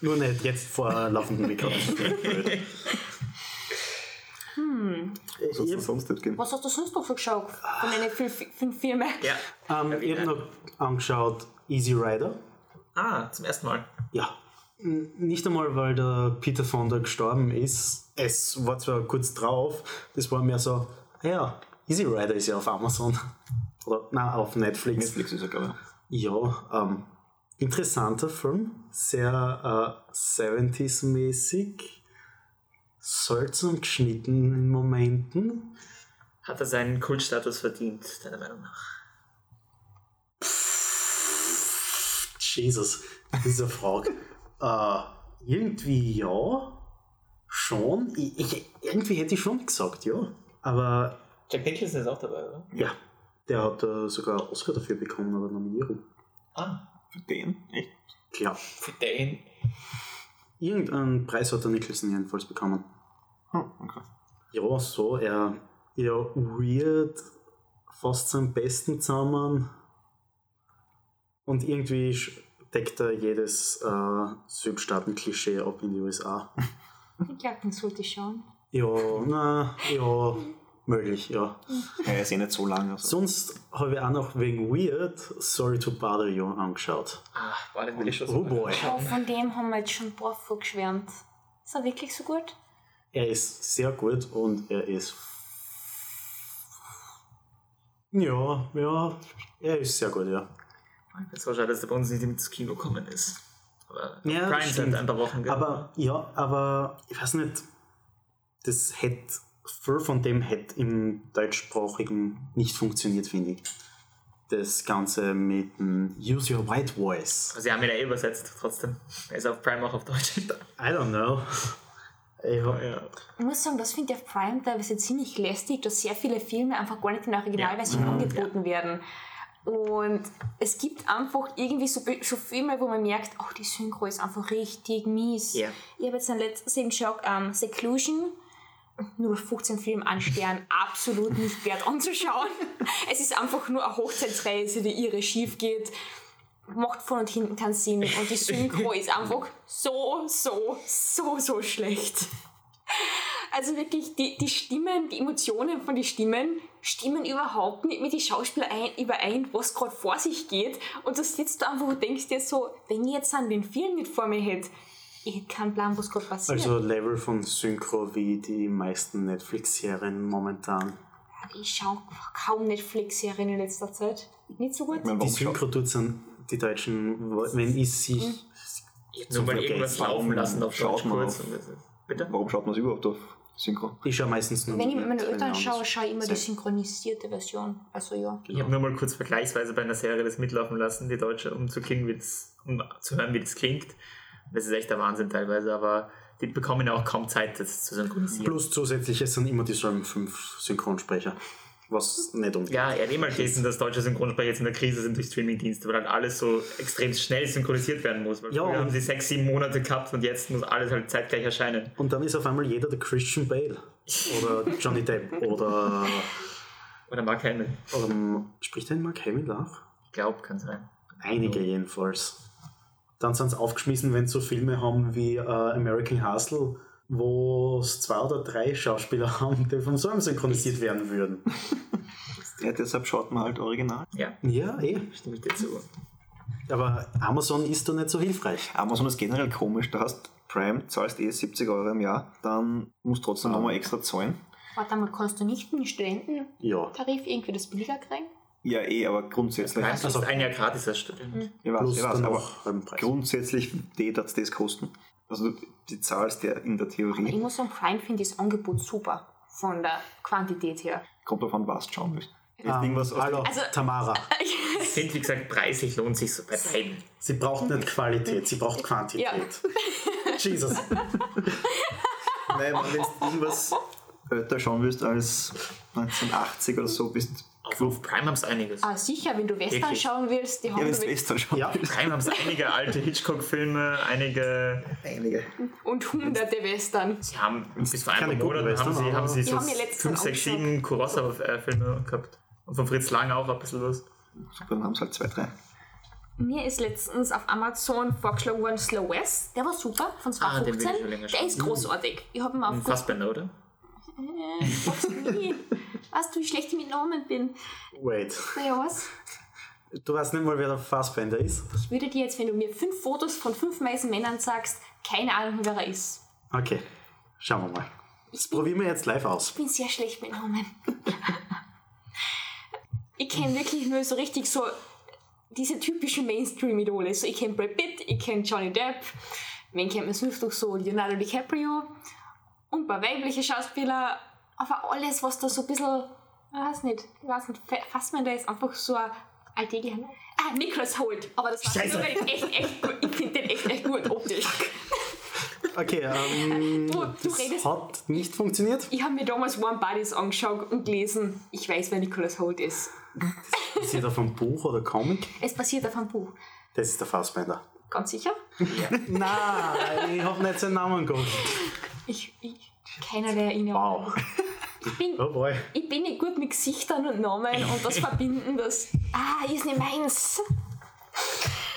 Speaker 2: Nur nicht jetzt vor laufendem Mikrofon.
Speaker 4: Soll es sonst nicht gehen?
Speaker 3: Was hast du sonst noch so geschaut von deinen fünf, fünf Filmen?
Speaker 1: Ja.
Speaker 2: Ähm, ich habe noch angeschaut Easy Rider.
Speaker 1: Ah, zum ersten Mal.
Speaker 2: Ja. N- Nicht einmal, weil der Peter Fonda gestorben ist. Es war zwar kurz drauf, das war mehr so, ah ja, Easy Rider ist ja auf Amazon. Oder, nein, auf Netflix.
Speaker 4: Netflix ist ja, glaube
Speaker 2: Ja, ähm, interessanter Film. Sehr äh, 70s-mäßig. Seltsam geschnitten in Momenten.
Speaker 1: Hat er seinen Kultstatus verdient, deiner Meinung nach?
Speaker 2: Jesus, diese Frage. äh, irgendwie ja, schon. Ich, ich, irgendwie hätte ich schon gesagt, ja. Aber
Speaker 1: Jack Nicholson ist auch dabei, oder?
Speaker 2: ja, der hat äh, sogar einen Oscar dafür bekommen, aber Nominierung.
Speaker 1: Ah,
Speaker 4: ich. Für den? Echt?
Speaker 2: Klar.
Speaker 1: für den.
Speaker 2: Irgendeinen Preis hat der Nicholson jedenfalls bekommen.
Speaker 4: Hm, okay.
Speaker 2: Ja, so, er ja, weird, fast zum Besten zusammen. Und irgendwie sch- deckt er jedes äh, Südstaaten-Klischee ab in die USA.
Speaker 3: Ich glaube, den sollte ich schauen.
Speaker 2: Ja, na, ja, möglich, ja.
Speaker 4: Ja, er ist eh nicht so lang. Also.
Speaker 2: Sonst habe ich auch noch wegen Weird Sorry to Bother You angeschaut.
Speaker 1: Ah, war den will ich schon
Speaker 2: Oh boy.
Speaker 3: Ja, von dem haben wir jetzt schon ein paar vorgeschwärmt. Ist er wirklich so gut?
Speaker 2: Er ist sehr gut und er ist. Ja, ja, er ist sehr gut, ja.
Speaker 1: Es war schade, dass der bei uns nicht ins Kino gekommen ist. Aber
Speaker 2: Ja, das
Speaker 1: Brian
Speaker 2: stimmt.
Speaker 1: seit ein paar Wochen. gell?
Speaker 2: Aber ja, aber ich weiß nicht, das hätte, viel von dem hätte im deutschsprachigen nicht funktioniert, finde ich. Das Ganze mit dem Use Your White Voice.
Speaker 1: Sie haben ihn ja eh übersetzt, trotzdem. Er ist auf Prime auch auf Deutsch.
Speaker 2: I don't know. Ja,
Speaker 1: ja.
Speaker 3: Ich muss sagen, das finde ich auf Prime teilweise ziemlich lästig, dass sehr viele Filme einfach gar nicht in der Originalversion angeboten werden. Und es gibt einfach irgendwie so, Bi- so Filme, wo man merkt, ach, die Synchro ist einfach richtig mies.
Speaker 1: Ja.
Speaker 3: Ich habe jetzt den letzten geschaut, ähm, Seclusion, nur 15 Film an Stern, absolut nicht wert anzuschauen. Es ist einfach nur eine Hochzeitsreise, die irre schief geht. Macht von und hinten keinen Sinn. Und die Synchro ist einfach so, so, so, so schlecht. Also wirklich, die, die Stimmen, die Emotionen von den Stimmen stimmen überhaupt nicht mit den Schauspielern ein, überein, was gerade vor sich geht. Und du sitzt da einfach und denkst dir so, wenn ich jetzt an den Film nicht vor mir hätte, Ich hätte keinen Plan, was gerade passiert.
Speaker 2: Also Level von Synchro wie die meisten Netflix-Serien momentan.
Speaker 3: ich schaue kaum Netflix-Serien in letzter Zeit. Nicht so gut.
Speaker 4: Ich meine,
Speaker 2: Die
Speaker 4: warum
Speaker 2: Synchro tut an die Deutschen, wenn ich
Speaker 3: Hm.
Speaker 2: sie
Speaker 1: Nur weil
Speaker 2: vergessen.
Speaker 1: irgendwas laufen lassen auf
Speaker 4: Schaut
Speaker 1: Deutsch
Speaker 4: mal
Speaker 1: kurz.
Speaker 4: auf.
Speaker 1: und das ist-
Speaker 4: schaut,
Speaker 1: Bitte?
Speaker 4: warum schaut man es überhaupt auf Synchro?
Speaker 2: Ich schaue meistens nur.
Speaker 3: Wenn ich mit meinen
Speaker 2: mit, wenn
Speaker 3: Eltern
Speaker 2: ich
Speaker 3: schaue,
Speaker 2: anders-
Speaker 3: schaue ich immer die
Speaker 2: Sehr-
Speaker 3: synchronisierte Version. Also ja.
Speaker 1: Ich habe nur mal kurz vergleichsweise bei einer Serie das mitlaufen lassen, die Deutsche, um zu klingen, wie das, um zu hören, wie das klingt. Das ist echt der Wahnsinn teilweise, aber die bekommen ja auch kaum Zeit, das zu synchronisieren.
Speaker 2: Plus zusätzlich, es sind immer dieselben fünf Synchronsprecher. Was nicht unbedingt.
Speaker 1: Ja, er hat eh mal gelesen, dass deutsche Synchronsprecher jetzt in der Krise sind durch Streamingdienste, weil halt alles so extrem schnell synchronisiert werden muss. Weil
Speaker 2: Ja,
Speaker 1: früher
Speaker 2: und-
Speaker 1: haben sie sechs, sieben Monate gehabt und jetzt muss alles halt zeitgleich erscheinen.
Speaker 2: Und dann ist auf einmal jeder der Christian Bale oder Johnny Depp oder.
Speaker 1: Oder Mark Hamill.
Speaker 2: Ähm, spricht denn Mark Hamill auch?
Speaker 1: Ich glaube, kann sein.
Speaker 2: Einige jedenfalls. Dann sind sie aufgeschmissen, wenn sie so Filme haben wie äh, American Hustle, wo es zwei oder drei Schauspieler haben, die von so einem synchronisiert werden würden.
Speaker 4: Ja, deshalb schaut man halt original.
Speaker 1: Ja,
Speaker 2: Ja, eh.
Speaker 1: stimme ich dir zu.
Speaker 2: Aber Amazon ist da nicht so hilfreich.
Speaker 4: Amazon ist generell komisch. Du hast Prime, zahlst eh 70 Euro im Jahr, dann musst du trotzdem nochmal extra zahlen.
Speaker 3: Warte mal, kannst du nicht mit dem Studententarif
Speaker 2: Ja.
Speaker 3: irgendwie das billiger kriegen?
Speaker 4: Ja, eh, aber grundsätzlich.
Speaker 1: Meistens
Speaker 2: Also-
Speaker 1: ist ein Jahr gratis als Student.
Speaker 3: Mhm.
Speaker 4: Ich weiß,
Speaker 2: Plus
Speaker 4: ich weiß,
Speaker 2: dann
Speaker 4: aber
Speaker 2: auch beim Preis.
Speaker 4: grundsätzlich wird das das kosten. Also du die zahlst ja in der
Speaker 1: Mhm.
Speaker 3: Ich
Speaker 4: Theorie.
Speaker 3: muss sagen, Prime finde ich das Angebot super. Von der Quantität her.
Speaker 4: Kommt davon, was du schauen willst. Wenn du
Speaker 2: Ähm,
Speaker 4: irgendwas aus
Speaker 2: hallo,
Speaker 3: Also-
Speaker 2: Tamara.
Speaker 1: Es sind, wie gesagt, preislich lohnt sich so bei beiden.
Speaker 2: Sie braucht nicht Qualität, sie braucht Quantität. Jesus.
Speaker 4: Nein, aber wenn du irgendwas älter schauen willst als 1980 oder so, bist
Speaker 1: Auf, auf Prime haben es einiges.
Speaker 3: Ah, sicher, wenn du Western
Speaker 1: Wirklich?
Speaker 3: schauen willst, die
Speaker 4: ja,
Speaker 3: haben
Speaker 4: wenn
Speaker 3: du
Speaker 4: du
Speaker 3: mit-
Speaker 4: Western schauen
Speaker 2: Ja.
Speaker 4: willst.
Speaker 1: Prime haben es einige alte Hitchcock-Filme, einige.
Speaker 4: Einige.
Speaker 3: und hunderte Western.
Speaker 1: Sie haben bis vor
Speaker 2: Keine
Speaker 1: einem
Speaker 2: guten
Speaker 1: Monat haben
Speaker 2: Western,
Speaker 1: sie, haben
Speaker 2: aber-
Speaker 1: sie
Speaker 3: Die
Speaker 1: so
Speaker 3: haben ja letztens
Speaker 1: 5,
Speaker 3: auch
Speaker 1: 6,
Speaker 3: gesagt.
Speaker 1: 7 Kurosawa-Filme gehabt. Und von Fritz Lang auch ein bisschen was.
Speaker 4: Super, dann haben es halt zwei, drei.
Speaker 3: Mir ist letztens auf Amazon vorgeschlagen worden Slow West. Der war super, von
Speaker 1: Ah, den will ich
Speaker 3: 2015.
Speaker 1: schon länger
Speaker 3: der
Speaker 1: schauen. Mhm.
Speaker 3: ist großartig. Ich habe ihn mal
Speaker 1: Ein
Speaker 3: auf Gut-
Speaker 1: Fassbender, oder?
Speaker 3: Äh, hab's nie. Weißt du, wie schlecht ich mit Namen bin?
Speaker 2: Wait.
Speaker 3: Naja, was?
Speaker 2: Du weißt nicht mal, wer der Fassbender ist.
Speaker 3: Ich würde dir jetzt, wenn du mir fünf Fotos von fünf weißen Männern sagst, keine Ahnung, wer er ist.
Speaker 2: Okay. Schauen wir mal. Das probieren wir jetzt live aus.
Speaker 3: Ich bin sehr schlecht mit Namen. ich kenne wirklich nur so richtig so diese typischen Mainstream-Idole. So, ich kenne Brad Pitt, ich kenne Johnny Depp, wen kennt man sonst noch so? Leonardo DiCaprio und ein paar weibliche Schauspieler. Aber alles, was da so ein bisschen, ich weiß nicht, ich weiß nicht, fast man da ist einfach so ein alltäglicher. Ah, Nicholas Holt. Aber das war
Speaker 1: Scheiße.
Speaker 3: nur, weil ich echt, echt gut, ich finde den echt, echt gut optisch.
Speaker 2: Okay, ähm,
Speaker 3: Du- du
Speaker 2: das
Speaker 3: redest-
Speaker 2: hat nicht funktioniert.
Speaker 3: Ich habe mir damals One Buddies angeschaut und gelesen, ich weiß, wer Nicholas Holt ist.
Speaker 2: Ist jeder vom Buch oder Comic?
Speaker 3: Es basiert auf einem Buch.
Speaker 2: Das ist der Fassbender.
Speaker 3: Ganz sicher?
Speaker 2: Nein, ich habe nicht seinen Namen geguckt.
Speaker 3: Ich, ich keinerlei Erinnerung.
Speaker 2: Wow.
Speaker 3: Ich, bin,
Speaker 2: Oh boy.
Speaker 3: ich bin nicht gut mit Gesichtern und Namen und das Verbinden, das. Ah, ist nicht meins.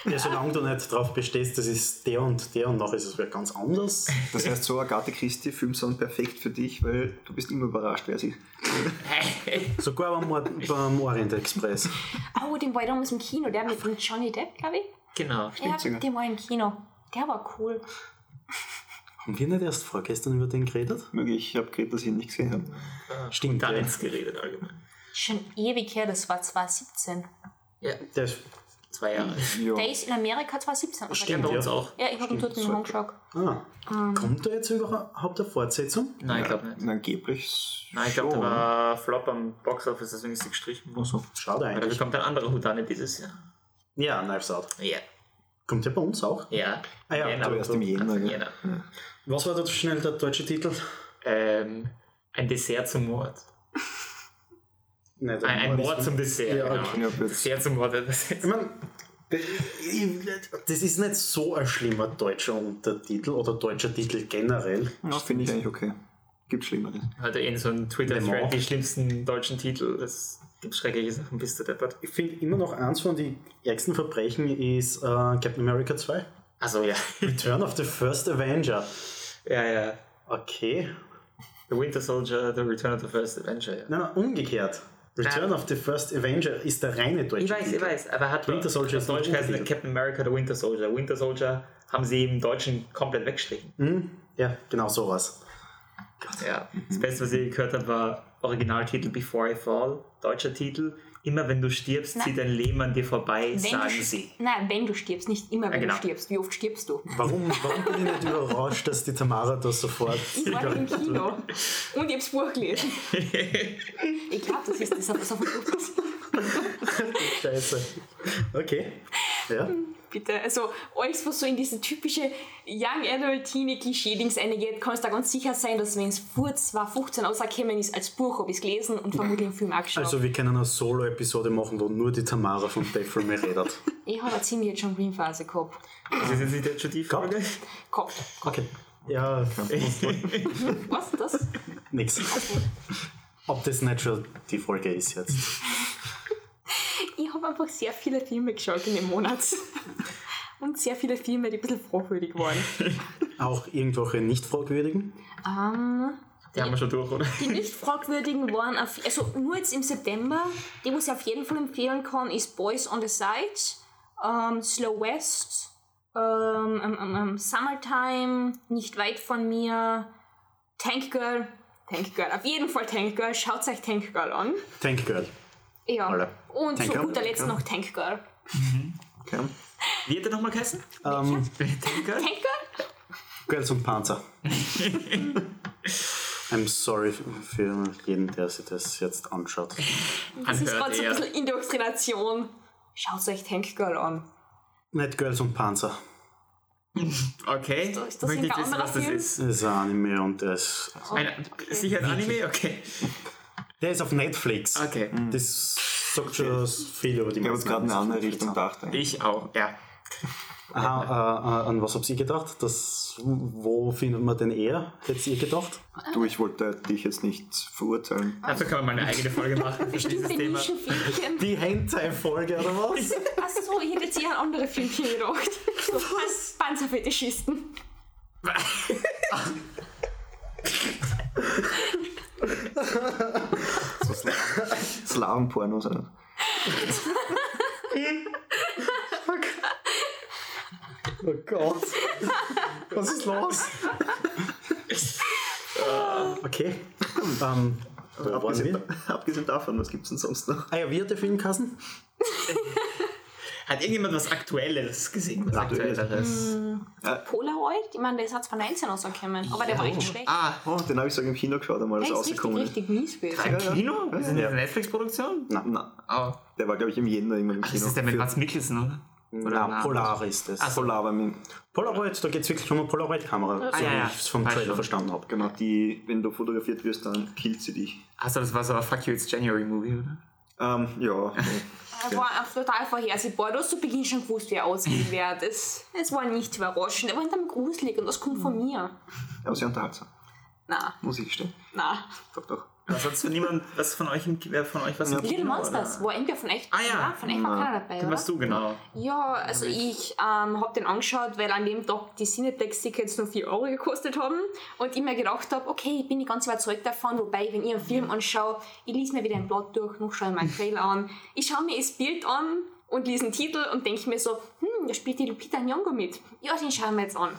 Speaker 2: Ja, solange du nicht drauf bestehst, das ist der und der und nachher ist es wieder ganz anders.
Speaker 4: Das heißt, so Agathe Christie-Filme sind perfekt für dich, weil du bist immer überrascht, wer sie ist.
Speaker 2: Sogar beim, Or- beim Orient Express.
Speaker 3: Oh, den war ich damals im Kino, der mit mit Johnny Depp, glaube ich.
Speaker 1: Genau.
Speaker 3: Ja,
Speaker 4: sogar.
Speaker 3: den war ich im Kino. Der war cool.
Speaker 2: Haben wir nicht erst vorgestern über den geredet?
Speaker 4: Möglich, ich habe geredet, dass ich ihn nicht gesehen habe.
Speaker 2: Stimmt,
Speaker 1: Da
Speaker 2: ja.
Speaker 1: nichts geredet allgemein.
Speaker 3: Schon ewig her, das war 2017.
Speaker 1: Ja,
Speaker 2: Der ist,
Speaker 1: zwei Jahre.
Speaker 4: Ja.
Speaker 3: Der ist in Amerika 2017. oder?
Speaker 1: Ja,
Speaker 2: stimmt,
Speaker 1: bei uns
Speaker 2: ja.
Speaker 1: auch.
Speaker 3: Ja, ich habe ihn dort in den angeschaut.
Speaker 2: Ah.
Speaker 3: Ähm.
Speaker 2: Kommt da jetzt überhaupt eine Fortsetzung?
Speaker 1: Nein, ich glaube nicht.
Speaker 4: Na, Angeblich.
Speaker 1: Nein, ich glaube,
Speaker 4: schon.
Speaker 1: der war Flop am Boxoffice, deswegen ist sie gestrichen. worden.
Speaker 4: Also,
Speaker 2: Schade
Speaker 1: Aber da
Speaker 2: eigentlich.
Speaker 1: kommt ein anderer Hutane dieses Jahr.
Speaker 2: Ja, Knives Out.
Speaker 1: Ja.
Speaker 2: Kommt der bei uns auch?
Speaker 1: Ja.
Speaker 2: Ah ja,
Speaker 1: Jänner.
Speaker 4: aber erst im Jänner.
Speaker 1: Also
Speaker 4: gell?
Speaker 1: Jänner.
Speaker 2: Was war da schnell der deutsche Titel?
Speaker 1: Ähm, ein Dessert zum Mord.
Speaker 2: Nein, der
Speaker 1: Ein, ein Mord zum Dessert.
Speaker 2: Ja,
Speaker 1: genau.
Speaker 2: okay.
Speaker 4: Ja, jetzt.
Speaker 1: Dessert zum Mord. Das
Speaker 2: Ich meine, das ist nicht so ein schlimmer deutscher Untertitel oder deutscher Titel generell.
Speaker 4: Ja, finde ich eigentlich okay. Gibt Schlimmeres.
Speaker 1: Hat er in halt eh so einem
Speaker 2: Le Mans.
Speaker 1: Twitter-Thread die schlimmsten deutschen Titel. Das gibt schreckliche Sachen, bist du deppert.
Speaker 2: Ich finde immer noch eins von den ärgsten Verbrechen ist äh, Captain America 2.
Speaker 1: Also ja.
Speaker 2: Return of the First Avenger.
Speaker 1: ja, ja.
Speaker 2: Okay.
Speaker 1: The Winter Soldier, The Return of the First Avenger. Ja.
Speaker 2: Nein, nein, umgekehrt. Return
Speaker 1: Ah.
Speaker 2: of the First Avenger ist der reine deutsche
Speaker 1: Ich weiß,
Speaker 2: Titel.
Speaker 1: ich weiß, aber hat
Speaker 2: Winter Soldier
Speaker 1: auf
Speaker 2: ist
Speaker 1: Deutsch
Speaker 2: ein
Speaker 1: heißt
Speaker 2: Untertitel.
Speaker 1: Captain America, The Winter Soldier. Winter Soldier haben sie im Deutschen komplett weggestrichen.
Speaker 3: Mhm.
Speaker 2: Hm? Ja, genau sowas.
Speaker 1: Ja. Das Beste, was ich gehört habe, war Originaltitel Before I Fall, deutscher Titel. Immer wenn du stirbst,
Speaker 3: Nein.
Speaker 1: zieht dein Leben an dir vorbei,
Speaker 3: Wenn du,
Speaker 1: sagen
Speaker 3: sch-
Speaker 1: sie.
Speaker 3: Nein, wenn du stirbst, nicht immer, wenn
Speaker 1: genau.
Speaker 3: du stirbst. Wie oft stirbst du?
Speaker 2: Warum, warum bin ich nicht überrascht, dass die Tamara das sofort.
Speaker 3: Ich war im Kino und ich habe das Buch gelesen. ich glaube, das ist das, was auf dem Buch passiert.
Speaker 2: Scheiße. Okay. Ja.
Speaker 3: Bitte, also alles, was so in diese typische Young Adult Teenie Klischee-Dings eingeht, kannst du da ganz sicher sein, dass wenn es vor 2015 rausgekommen ist, als Buch habe ich es gelesen und vermutlich im Film auch geschaut.
Speaker 2: Also wir können eine Solo-Episode machen, wo nur die Tamara von Dave von mir redet.
Speaker 3: ich habe eine ziemlich schon Green Phase gehabt.
Speaker 1: Das ist jetzt nicht der Judy-Folge.
Speaker 3: Kopf.
Speaker 2: Okay. Ja,
Speaker 3: Was ist das?
Speaker 2: nix. Ob das nicht schon die Folge ist jetzt.
Speaker 3: Ich habe einfach sehr viele Filme geschaut in dem Monat. Und sehr viele Filme, die ein bisschen fragwürdig waren.
Speaker 2: Auch irgendwelche nicht fragwürdigen.
Speaker 3: Ähm,
Speaker 1: Die haben wir schon durch, oder?
Speaker 3: die nicht fragwürdigen waren, auf, also nur jetzt im September, die muss ich auf jeden Fall empfehlen kann, ist Boys on the Side, ähm, Slow West, ähm, ähm, ähm, ähm, Summertime, Nicht weit von mir, Tank Girl. Tank Girl, auf jeden Fall Tank Girl, schaut euch Tank Girl an.
Speaker 2: Thank Girl.
Speaker 3: Ja.
Speaker 2: Alle.
Speaker 3: Und
Speaker 2: Tank
Speaker 3: zu
Speaker 2: Girl?
Speaker 3: guter Letzt noch Tank Girl.
Speaker 4: Okay.
Speaker 1: Wie hat der nochmal geheißen?
Speaker 2: Ähm,
Speaker 1: Danke.
Speaker 3: Tank Girl?
Speaker 2: Girls und Panzer. I'm sorry für jeden, der sich das jetzt anschaut.
Speaker 3: Das ist
Speaker 1: Anhört
Speaker 3: gerade so ein
Speaker 1: eher.
Speaker 3: bisschen Indoktrination. Schaut euch Tank Girl an.
Speaker 2: Nicht Girls und Panzer.
Speaker 1: Okay.
Speaker 3: das- ist
Speaker 1: Möchte
Speaker 3: das ein
Speaker 1: nicht wissen,
Speaker 3: anderer
Speaker 1: was das
Speaker 3: Film? Oh,
Speaker 1: ist.
Speaker 2: Das ist ein Anime und der ist,
Speaker 1: Ein, sicher ein Anime? Okay.
Speaker 2: der ist auf Netflix.
Speaker 1: Okay.
Speaker 2: Das sagt schon viel über die
Speaker 4: Ich habe jetzt gerade eine andere Richtung gedacht. eigentlich.
Speaker 1: Ich auch, ja.
Speaker 2: Aha, äh, äh, an was habt ihr gedacht? Das, wo findet man denn eher? Hättet ihr gedacht?
Speaker 4: Du, ich wollte dich jetzt nicht
Speaker 3: Ah.
Speaker 4: verurteilen.
Speaker 1: Dafür kann man mal eine eigene Folge machen für dieses
Speaker 3: Bestimmte
Speaker 1: Thema.
Speaker 3: Nischenfilmchen.
Speaker 2: Die Hentai-Folge oder was?
Speaker 3: Achso, so, ich hätte jetzt eher an andere Filmchen gedacht. So Pan- Panzerfetischisten.
Speaker 4: So Slaven- Slavenpornos. oder?
Speaker 2: Oh Gott. Was ist los? okay. Ähm,
Speaker 4: Äh,
Speaker 2: wo waren
Speaker 4: Abgesehen,
Speaker 2: wir?
Speaker 4: abgesehen davon, was gibt es denn sonst noch?
Speaker 2: Ah ja, wie hat der Filmkassen?
Speaker 1: Hat irgendjemand was Aktuelles gesehen? Hm. Was Aktuelleres?
Speaker 3: Polaroid? Ich meine, der ist auch 2019 rausgekommen, aber der war echt schlecht.
Speaker 1: Ah,
Speaker 4: Oh, den habe ich sogar im Kino geschaut, einmal
Speaker 3: der
Speaker 4: als er
Speaker 3: ist richtig,
Speaker 4: rausgekommen ist.
Speaker 3: richtig mies gewesen.
Speaker 1: ein Kino? Das ist eine
Speaker 4: Ja.
Speaker 1: Netflix-Produktion?
Speaker 4: Nein,
Speaker 1: Oh.
Speaker 4: der war, glaube ich, im Jänner irgendwann im
Speaker 1: Das
Speaker 4: Kino.
Speaker 1: ist der mit Mats Mikkelsen, oder? Oder
Speaker 2: Na, Polar ist das.
Speaker 1: Ach so. Ah,
Speaker 4: Polar, weil mir-
Speaker 2: Polaroid, da geht es wirklich um eine Polaroid-Kamera, so
Speaker 1: ja,
Speaker 2: wie
Speaker 1: ja.
Speaker 2: ich es vom
Speaker 1: Weiß
Speaker 2: Trailer
Speaker 1: schon.
Speaker 2: verstanden habe.
Speaker 4: Genau, die, wenn du fotografiert wirst, dann killt sie dich.
Speaker 1: Achso, das war so ein Fuck You It's January Movie, oder?
Speaker 4: Ähm, ja.
Speaker 3: Er war auch total vorhersehbar. Du hast zu Beginn schon gewusst, wer ausgehen wird. Es, es war nicht überraschend, aber hinterm gruselig und das kommt von mir.
Speaker 4: Aber sehr unterhaltsam,
Speaker 3: Na,
Speaker 4: muss ich gestehen.
Speaker 3: na.
Speaker 4: Doch, doch.
Speaker 1: Was hat's für niemand, was von euch, im, wer von euch was im
Speaker 3: Little
Speaker 1: Kino,
Speaker 3: Monsters
Speaker 1: oder?
Speaker 3: war entweder von echt,
Speaker 1: Ah ja.
Speaker 3: Nein, von echt war keiner dabei,
Speaker 1: Den
Speaker 3: oder?
Speaker 1: warst du, genau.
Speaker 3: Ja, also ich ähm, habe den angeschaut, weil an dem Tag die Cineplex-Tickets nur 4 Euro gekostet haben und ich mir gedacht habe, okay, ich bin nicht ganz überzeugt davon, wobei, wenn ich einen Film anschaue, ich lese mir wieder einen Plot durch, noch schaue ich meinen Trailer an, ich schaue mir das Bild an und lese den Titel und denke mir so, hm, da spielt die Lupita Nyong'o mit. Ja, den schauen wir jetzt an.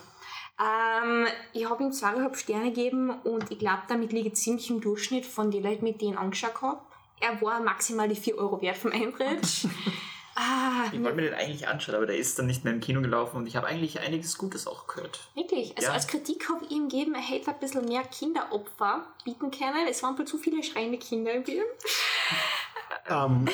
Speaker 3: Ähm, ich habe ihm zweieinhalb Sterne gegeben und ich glaube, damit liege ich ziemlich im Durchschnitt von den Leuten, mit denen ich ihn angeschaut habe. Er war maximal die 4 Euro wert vom Eintritt. ah,
Speaker 1: Ich wollte mir den eigentlich anschauen, aber der ist dann nicht mehr im Kino gelaufen und ich habe eigentlich einiges Gutes auch gehört.
Speaker 3: Wirklich, also
Speaker 1: Ja.
Speaker 3: als Kritik habe ich ihm gegeben, er hätte ein bisschen mehr Kinderopfer bieten können. Es waren wohl zu viele schreiende Kinder im Film.
Speaker 2: Ähm,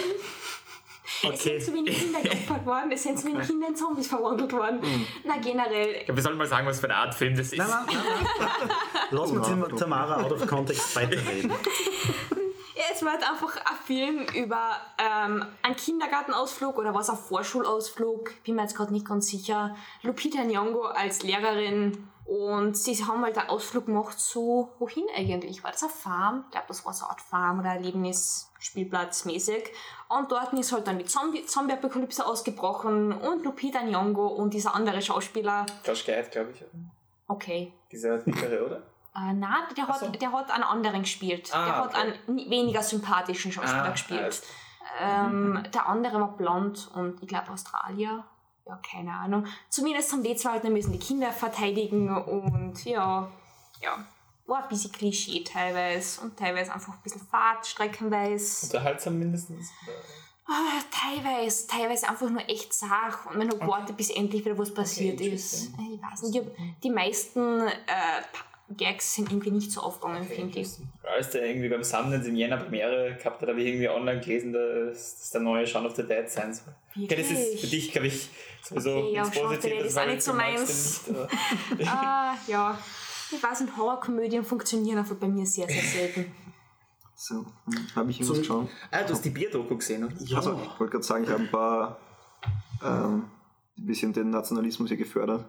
Speaker 3: Es sind
Speaker 2: okay.
Speaker 3: zu wenig Kinder geopfert worden, es sind zu wenig Kinder in Zombies verwandelt worden. Na, generell.
Speaker 1: Ja, wir sollten mal sagen, was für eine Art Film das ist.
Speaker 2: Nein, nein, nein, nein. Lass uns mit Tamara out of context weiterreden.
Speaker 3: Ja, es war halt einfach ein Film über ähm, einen Kindergartenausflug oder was, ein Vorschulausflug. Bin mir jetzt gerade nicht ganz sicher. Lupita Nyong'o als Lehrerin. Und sie haben halt einen Ausflug gemacht zu, wohin eigentlich? War das eine Farm? Ich glaube, das war so eine Art Farm oder Erlebnisspielplatz mäßig. Und dort ist halt dann die Zombie- Zombie-Apokalypse ausgebrochen und Lupita Nyong'o und dieser andere Schauspieler.
Speaker 1: Josh Gad, glaube ich.
Speaker 3: Okay,
Speaker 1: Dieser dickere, oder?
Speaker 3: äh, nein, der hat,
Speaker 1: so.
Speaker 3: der hat einen anderen gespielt.
Speaker 1: Ah,
Speaker 3: der hat
Speaker 1: okay.
Speaker 3: einen ni- weniger sympathischen Schauspieler
Speaker 1: Ah,
Speaker 3: gespielt.
Speaker 1: alles.
Speaker 3: Ähm, Der andere war blond und ich glaube Australier. ja, keine Ahnung. Zumindest haben die zwei halt, dann müssen die Kinder verteidigen und ja, ja. War ein bisschen Klischee teilweise und teilweise einfach ein bisschen Fahrt, streckenweise.
Speaker 1: Unterhaltsam mindestens.
Speaker 3: Ah, teilweise, teilweise einfach nur echt sach und man noch wartet, bis endlich wieder was passiert ist.
Speaker 1: interesting.
Speaker 3: Ich weiß nicht, ich hab, die meisten äh, Pa- Gags sind irgendwie nicht so aufgegangen, finde ich.
Speaker 1: Als der irgendwie beim Sammeln in Jänner Premiere gehabt hat, habe ich irgendwie online gelesen, dass dass der neue Shaun of the Dead sein soll. Okay, das ist für
Speaker 3: Wirklich?
Speaker 1: dich, glaube ich, sowieso
Speaker 3: Okay, ja,
Speaker 1: ins
Speaker 3: Shaun of the
Speaker 1: Positive,
Speaker 3: Dead ist
Speaker 1: weil
Speaker 3: auch nicht
Speaker 1: du
Speaker 3: so
Speaker 1: magst den nicht, aber-
Speaker 3: Ah, ja. Ich weiß nicht, Horrorkomödien funktionieren einfach bei mir sehr, sehr selten.
Speaker 4: So, habe ich irgendwas
Speaker 2: Zum-
Speaker 4: geschaut?
Speaker 1: ah, du hast die Bierdoku gesehen, oder?
Speaker 2: Ja,
Speaker 4: Also, ich wollte gerade sagen, ich habe ein paar, ähm, ein bisschen den Nationalismus hier gefördert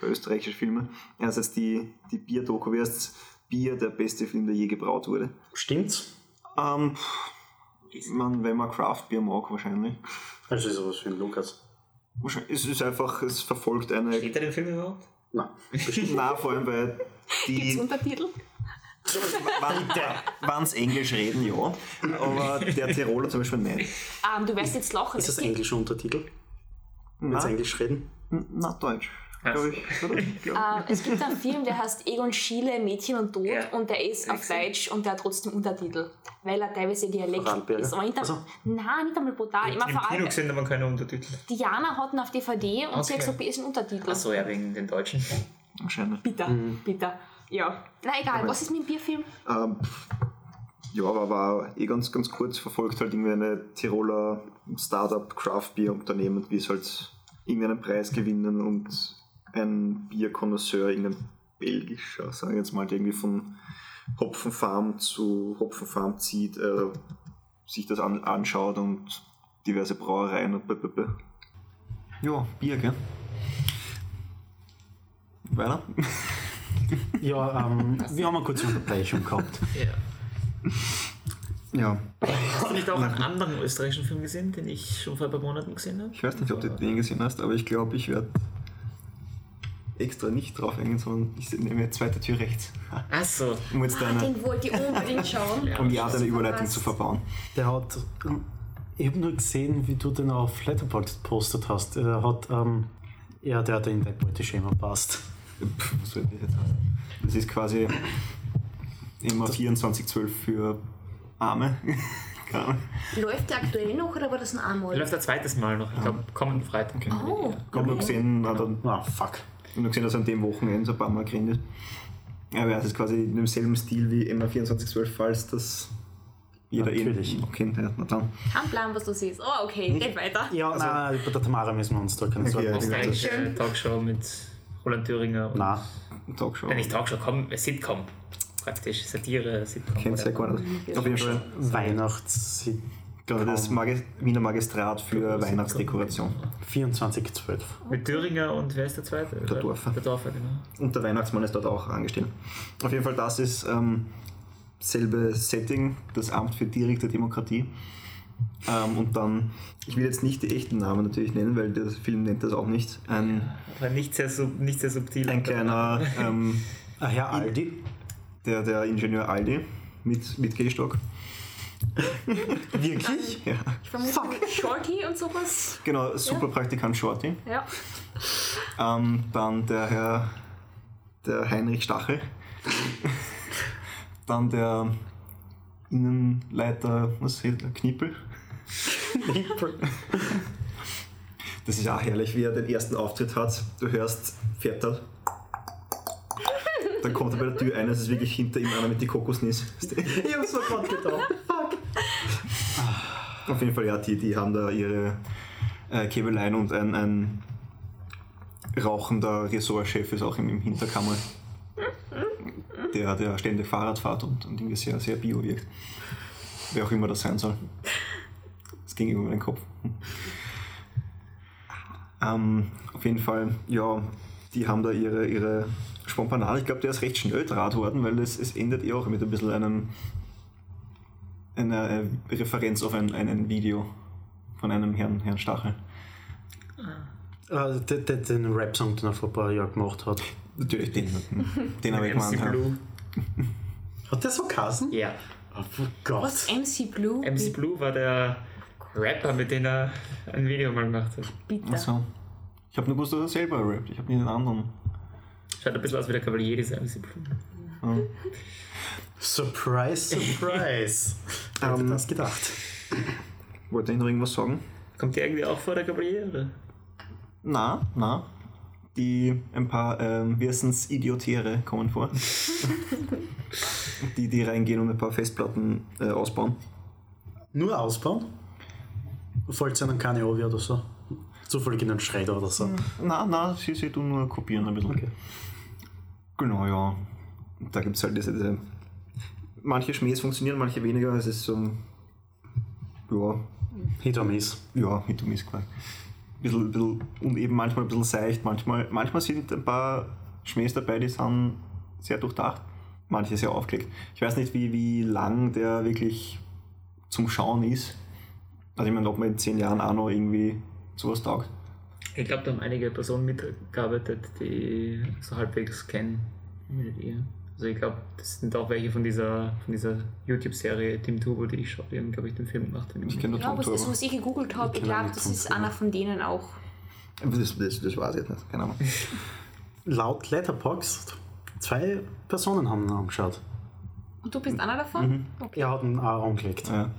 Speaker 4: bei österreichischen Filmen. Einerseits die, die Bier-Doku, wie heißt Bier, der beste Film, der je gebraut wurde.
Speaker 2: stimmt's?
Speaker 4: Ähm, man, wenn man Craft-Bier mag, wahrscheinlich.
Speaker 2: Also ist sowas für ein Lukas.
Speaker 4: wahrscheinlich. Es ist einfach, es verfolgt eine.
Speaker 1: Steht da den Film überhaupt?
Speaker 2: Nein.
Speaker 4: Na, vor allem, weil
Speaker 3: Gibt's
Speaker 4: die.
Speaker 3: Untertitel?
Speaker 4: Wann es Englisch reden, ja. Aber der Tiroler zum Beispiel nein.
Speaker 3: Ähm, du wirst jetzt lachen.
Speaker 2: Ist das
Speaker 3: es gibt-
Speaker 2: englische Untertitel? Wenn's
Speaker 4: Na,
Speaker 2: Englisch reden?
Speaker 4: na Deutsch,
Speaker 1: Also,
Speaker 4: glaube ich. Oder? Glaub.
Speaker 3: Ähm, es gibt einen Film, der heißt Egon Schiele, Mädchen und Tod
Speaker 1: Ja.
Speaker 3: und der ist auf Deutsch und der hat trotzdem Untertitel, weil er teilweise Dialekt
Speaker 2: Vorarlberger?
Speaker 3: ist. Aber
Speaker 1: ne?
Speaker 3: nicht,
Speaker 2: Ach so.
Speaker 3: Nein, nicht einmal brutal. Immer
Speaker 1: Im
Speaker 3: vor
Speaker 1: Kino
Speaker 3: allem,
Speaker 1: gesehen, aber keine Untertitel.
Speaker 3: Diana hat ihn auf DVD und sie
Speaker 1: Okay.
Speaker 3: hat gesagt, ist ein Untertitel.
Speaker 1: Achso, ja, wegen den Deutschen.
Speaker 4: Wahrscheinlich.
Speaker 3: Bitter,
Speaker 1: Mhm.
Speaker 3: bitter. Ja. Na egal, was ist mit dem Bierfilm?
Speaker 4: Ähm, ja, aber war eh ganz, ganz kurz verfolgt halt irgendwie eine Tiroler Startup Craft Beer Unternehmen, wie es halt irgendeinen Preis gewinnen und ein Bierkonnoisseur, irgendein belgischer, sagen wir jetzt mal, der irgendwie von Hopfenfarm zu Hopfenfarm zieht, äh, sich das an, anschaut und diverse Brauereien und b -b -b. Ja, Bier, gell? Weiter?
Speaker 2: Ja, ähm, wir haben eine kurze Unterbrechung gehabt.
Speaker 1: Ja.
Speaker 4: Ja.
Speaker 1: Hast du nicht auch einen anderen österreichischen Film gesehen, den ich schon vor ein paar Monaten gesehen habe?
Speaker 4: Ich weiß nicht, ob du den gesehen hast, aber ich glaube, ich werde extra nicht drauf eingehen, sondern ich nehme jetzt zweite Tür rechts.
Speaker 1: Achso.
Speaker 4: Um jetzt deine,
Speaker 3: Den wollte ich unbedingt schauen.
Speaker 4: um ja deine Überleitung zu verbauen.
Speaker 2: Der hat. ähm, Ich habe nur gesehen, wie du den auf Letterboxd gepostet hast. Er hat. Ähm, ja, der hat in dein Beuteschema passt.
Speaker 4: Pff, was soll das jetzt? Das ist quasi immer 24-12 für Arme. Keine Ahnung.
Speaker 3: Läuft der aktuell noch oder war das ein
Speaker 1: Der
Speaker 3: einmal?
Speaker 1: läuft ein zweites Mal noch, ich glaube, kommenden Freitag.
Speaker 3: Oh,
Speaker 4: Ich habe nur gesehen, hat er-
Speaker 2: Ah, fuck.
Speaker 4: ich hab nur gesehen, dass er an dem Wochenende so ein paar Mal geredet ist. Aber ja, es ist quasi in demselben Stil wie immer 24-12, falls das jeder eh
Speaker 2: Natürlich.
Speaker 4: noch kennt. Ja, na dann.
Speaker 3: kein Plan, was du siehst. Oh, okay, geht weiter.
Speaker 2: Ja, nein, Also, über der Tamara müssen wir uns da keine Sorgen
Speaker 4: Okay,
Speaker 2: machen.
Speaker 4: ja.
Speaker 1: Österreichische Talkshow mit Roland Thüringer. Und
Speaker 2: Nein,
Speaker 4: Talkshow.
Speaker 1: Wenn ich Talkshow komme, äh, Sitcom. Praktisch, Satire, Sitcom.
Speaker 4: Kennt ja
Speaker 1: whatever.
Speaker 4: gar nicht. Auf jeden Fall.
Speaker 2: Weihnachts
Speaker 4: Gerade Genau, das Magis Wiener Magistrat für Weihnachtsdekoration.
Speaker 2: 2412.
Speaker 1: Mit Thüringer und wer ist der zweite? Der
Speaker 4: Dorfer.
Speaker 1: Der Dorfer, genau.
Speaker 4: Und der Weihnachtsmann ist dort auch angestellt. Auf jeden Fall, das ist ähm, selbe Setting, das Amt für direkte Demokratie. Ähm, und dann, ich will jetzt nicht die echten Namen natürlich nennen, weil der Film nennt das auch nicht. Ein,
Speaker 1: Aber nicht sehr, sub, nicht sehr subtil.
Speaker 4: ein kleiner, ähm,
Speaker 2: Ah, Herr Aldi.
Speaker 4: der, der Ingenieur Aldi mit, mit Gehstock.
Speaker 2: Wirklich?
Speaker 4: Ja.
Speaker 3: Ich vermute Shorty und sowas.
Speaker 4: Genau, Superpraktikant Shorty.
Speaker 3: Ja.
Speaker 4: Ähm, dann der Herr der Heinrich Stachel. dann der Innenleiter, was heißt der? Knippel. Das ist auch herrlich, wie er den ersten Auftritt hat. Du hörst, fährt er. Dann kommt er bei der Tür ein, es ist wirklich hinter ihm einer mit die Kokosnuss.
Speaker 2: Ich hab's sofort gedacht.
Speaker 4: Auf jeden Fall, ja, die, die haben da ihre äh, Käbeleien und ein, ein rauchender Ressortchef ist auch im, im Hinterkammer. Der, der ständig Fahrrad fährt und, und irgendwie sehr, sehr bio wirkt. Wer auch immer das sein soll. Das ging über meinen Kopf. Ähm, auf jeden Fall, ja, die haben da ihre, ihre Spompanade. Ich glaube, der ist recht schnell draht worden, weil es, es endet eh auch mit ein bisschen einem eine äh, Referenz auf ein, ein, ein Video von einem Herrn, Herrn Stachel.
Speaker 2: Äh, der, der den Rap-Song, den er vor ein paar Jahren gemacht hat.
Speaker 4: Natürlich den. Den habe ich
Speaker 1: MC
Speaker 4: gemeint. ja.
Speaker 1: Blue.
Speaker 2: Hat der so Kassen?
Speaker 1: Ja.
Speaker 2: Oh Gott.
Speaker 3: Was? MC Blue?
Speaker 1: MC Blue war der Rapper, mit dem er ein Video mal gemacht hat.
Speaker 3: Bitter.
Speaker 4: Ach so. Ich habe nur gewusst, dass er selber rappt. Ich habe nie den anderen.
Speaker 1: Schaut ein bisschen aus wie der Kavalier dieser Disziplin.
Speaker 2: Surprise, surprise. Wer hätte
Speaker 4: Ähm.
Speaker 2: das gedacht?
Speaker 4: Wollte ich noch irgendwas sagen?
Speaker 1: Kommt der irgendwie auch vor, der Kavalier? Oder?
Speaker 4: Na, na. Die ein paar ähm, Wirsens-Idiotäre kommen vor. die, die reingehen und ein paar Festplatten äh, ausbauen.
Speaker 2: Nur ausbauen? Folgt einem Kanye oder so? Zufällig in einen Schredder oder so.
Speaker 4: Na, na, sie, sie tun nur kopieren ein bisschen. Genau, ja. Da gibt es halt diese, diese. Manche Schmähs funktionieren, manche weniger. Es ist so. ein- Ja,
Speaker 2: Hit or miss.
Speaker 4: ja, Hit und Miss quasi. Bisschen, bisschen, und eben manchmal ein bisschen seicht. Manchmal, manchmal sind ein paar Schmähs dabei, die sind sehr durchdacht. Manche sehr aufgelegt. Ich weiß nicht, wie, wie lang der wirklich zum Schauen ist. Also ich meine, ob man in zehn Jahren auch noch irgendwie sowas taugt.
Speaker 1: Ich glaube, da haben einige Personen mitgearbeitet, die so halbwegs kennen. Mit ihr. Also ich glaube, das sind auch welche von dieser, von dieser YouTube-Serie Team Turbo, die ich schaue. Die haben, glaube ich, den Film gemacht. wenn
Speaker 4: Ich
Speaker 1: mich
Speaker 4: kenne
Speaker 3: Ja,
Speaker 4: nur
Speaker 3: aber das,
Speaker 4: Tonturbo.
Speaker 3: was ich gegoogelt habe,
Speaker 2: Ich
Speaker 3: ich
Speaker 2: kenn auch
Speaker 3: glaube,
Speaker 2: nicht
Speaker 3: das ist
Speaker 2: Tom Turbo.
Speaker 3: einer von denen auch.
Speaker 4: Das, das, das weiß ich jetzt nicht, keine Ahnung.
Speaker 2: Laut Letterboxd, zwei Personen haben ihn angeschaut.
Speaker 3: Und du bist einer davon? Okay.
Speaker 2: Er hat ihn auch angelegt.
Speaker 4: Ja.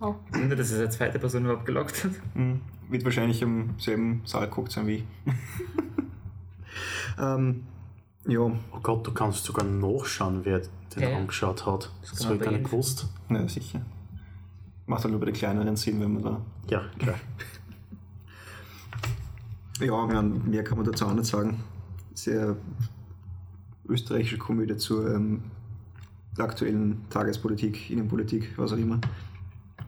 Speaker 3: Oh.
Speaker 1: nicht. Wunder, dass es eine zweite Person überhaupt gelockt hat.
Speaker 4: Hm, Wird wahrscheinlich im selben Saal geguckt sein wie ich. ähm, ja,
Speaker 2: Oh Gott, du kannst sogar nachschauen, wer den
Speaker 1: Ja, ja.
Speaker 2: angeschaut hat. Das
Speaker 1: kann
Speaker 2: habe
Speaker 1: man
Speaker 2: ich gar
Speaker 1: bei
Speaker 2: nicht
Speaker 1: jedem.
Speaker 2: gewusst.
Speaker 4: na sicher. Macht halt nur bei den kleineren Sinn, wenn man da.
Speaker 2: Ja, klar.
Speaker 4: Ja, mehr, mehr kann man dazu auch nicht sagen. Sehr österreichische Komödie zur ähm, aktuellen Tagespolitik, Innenpolitik, was auch immer.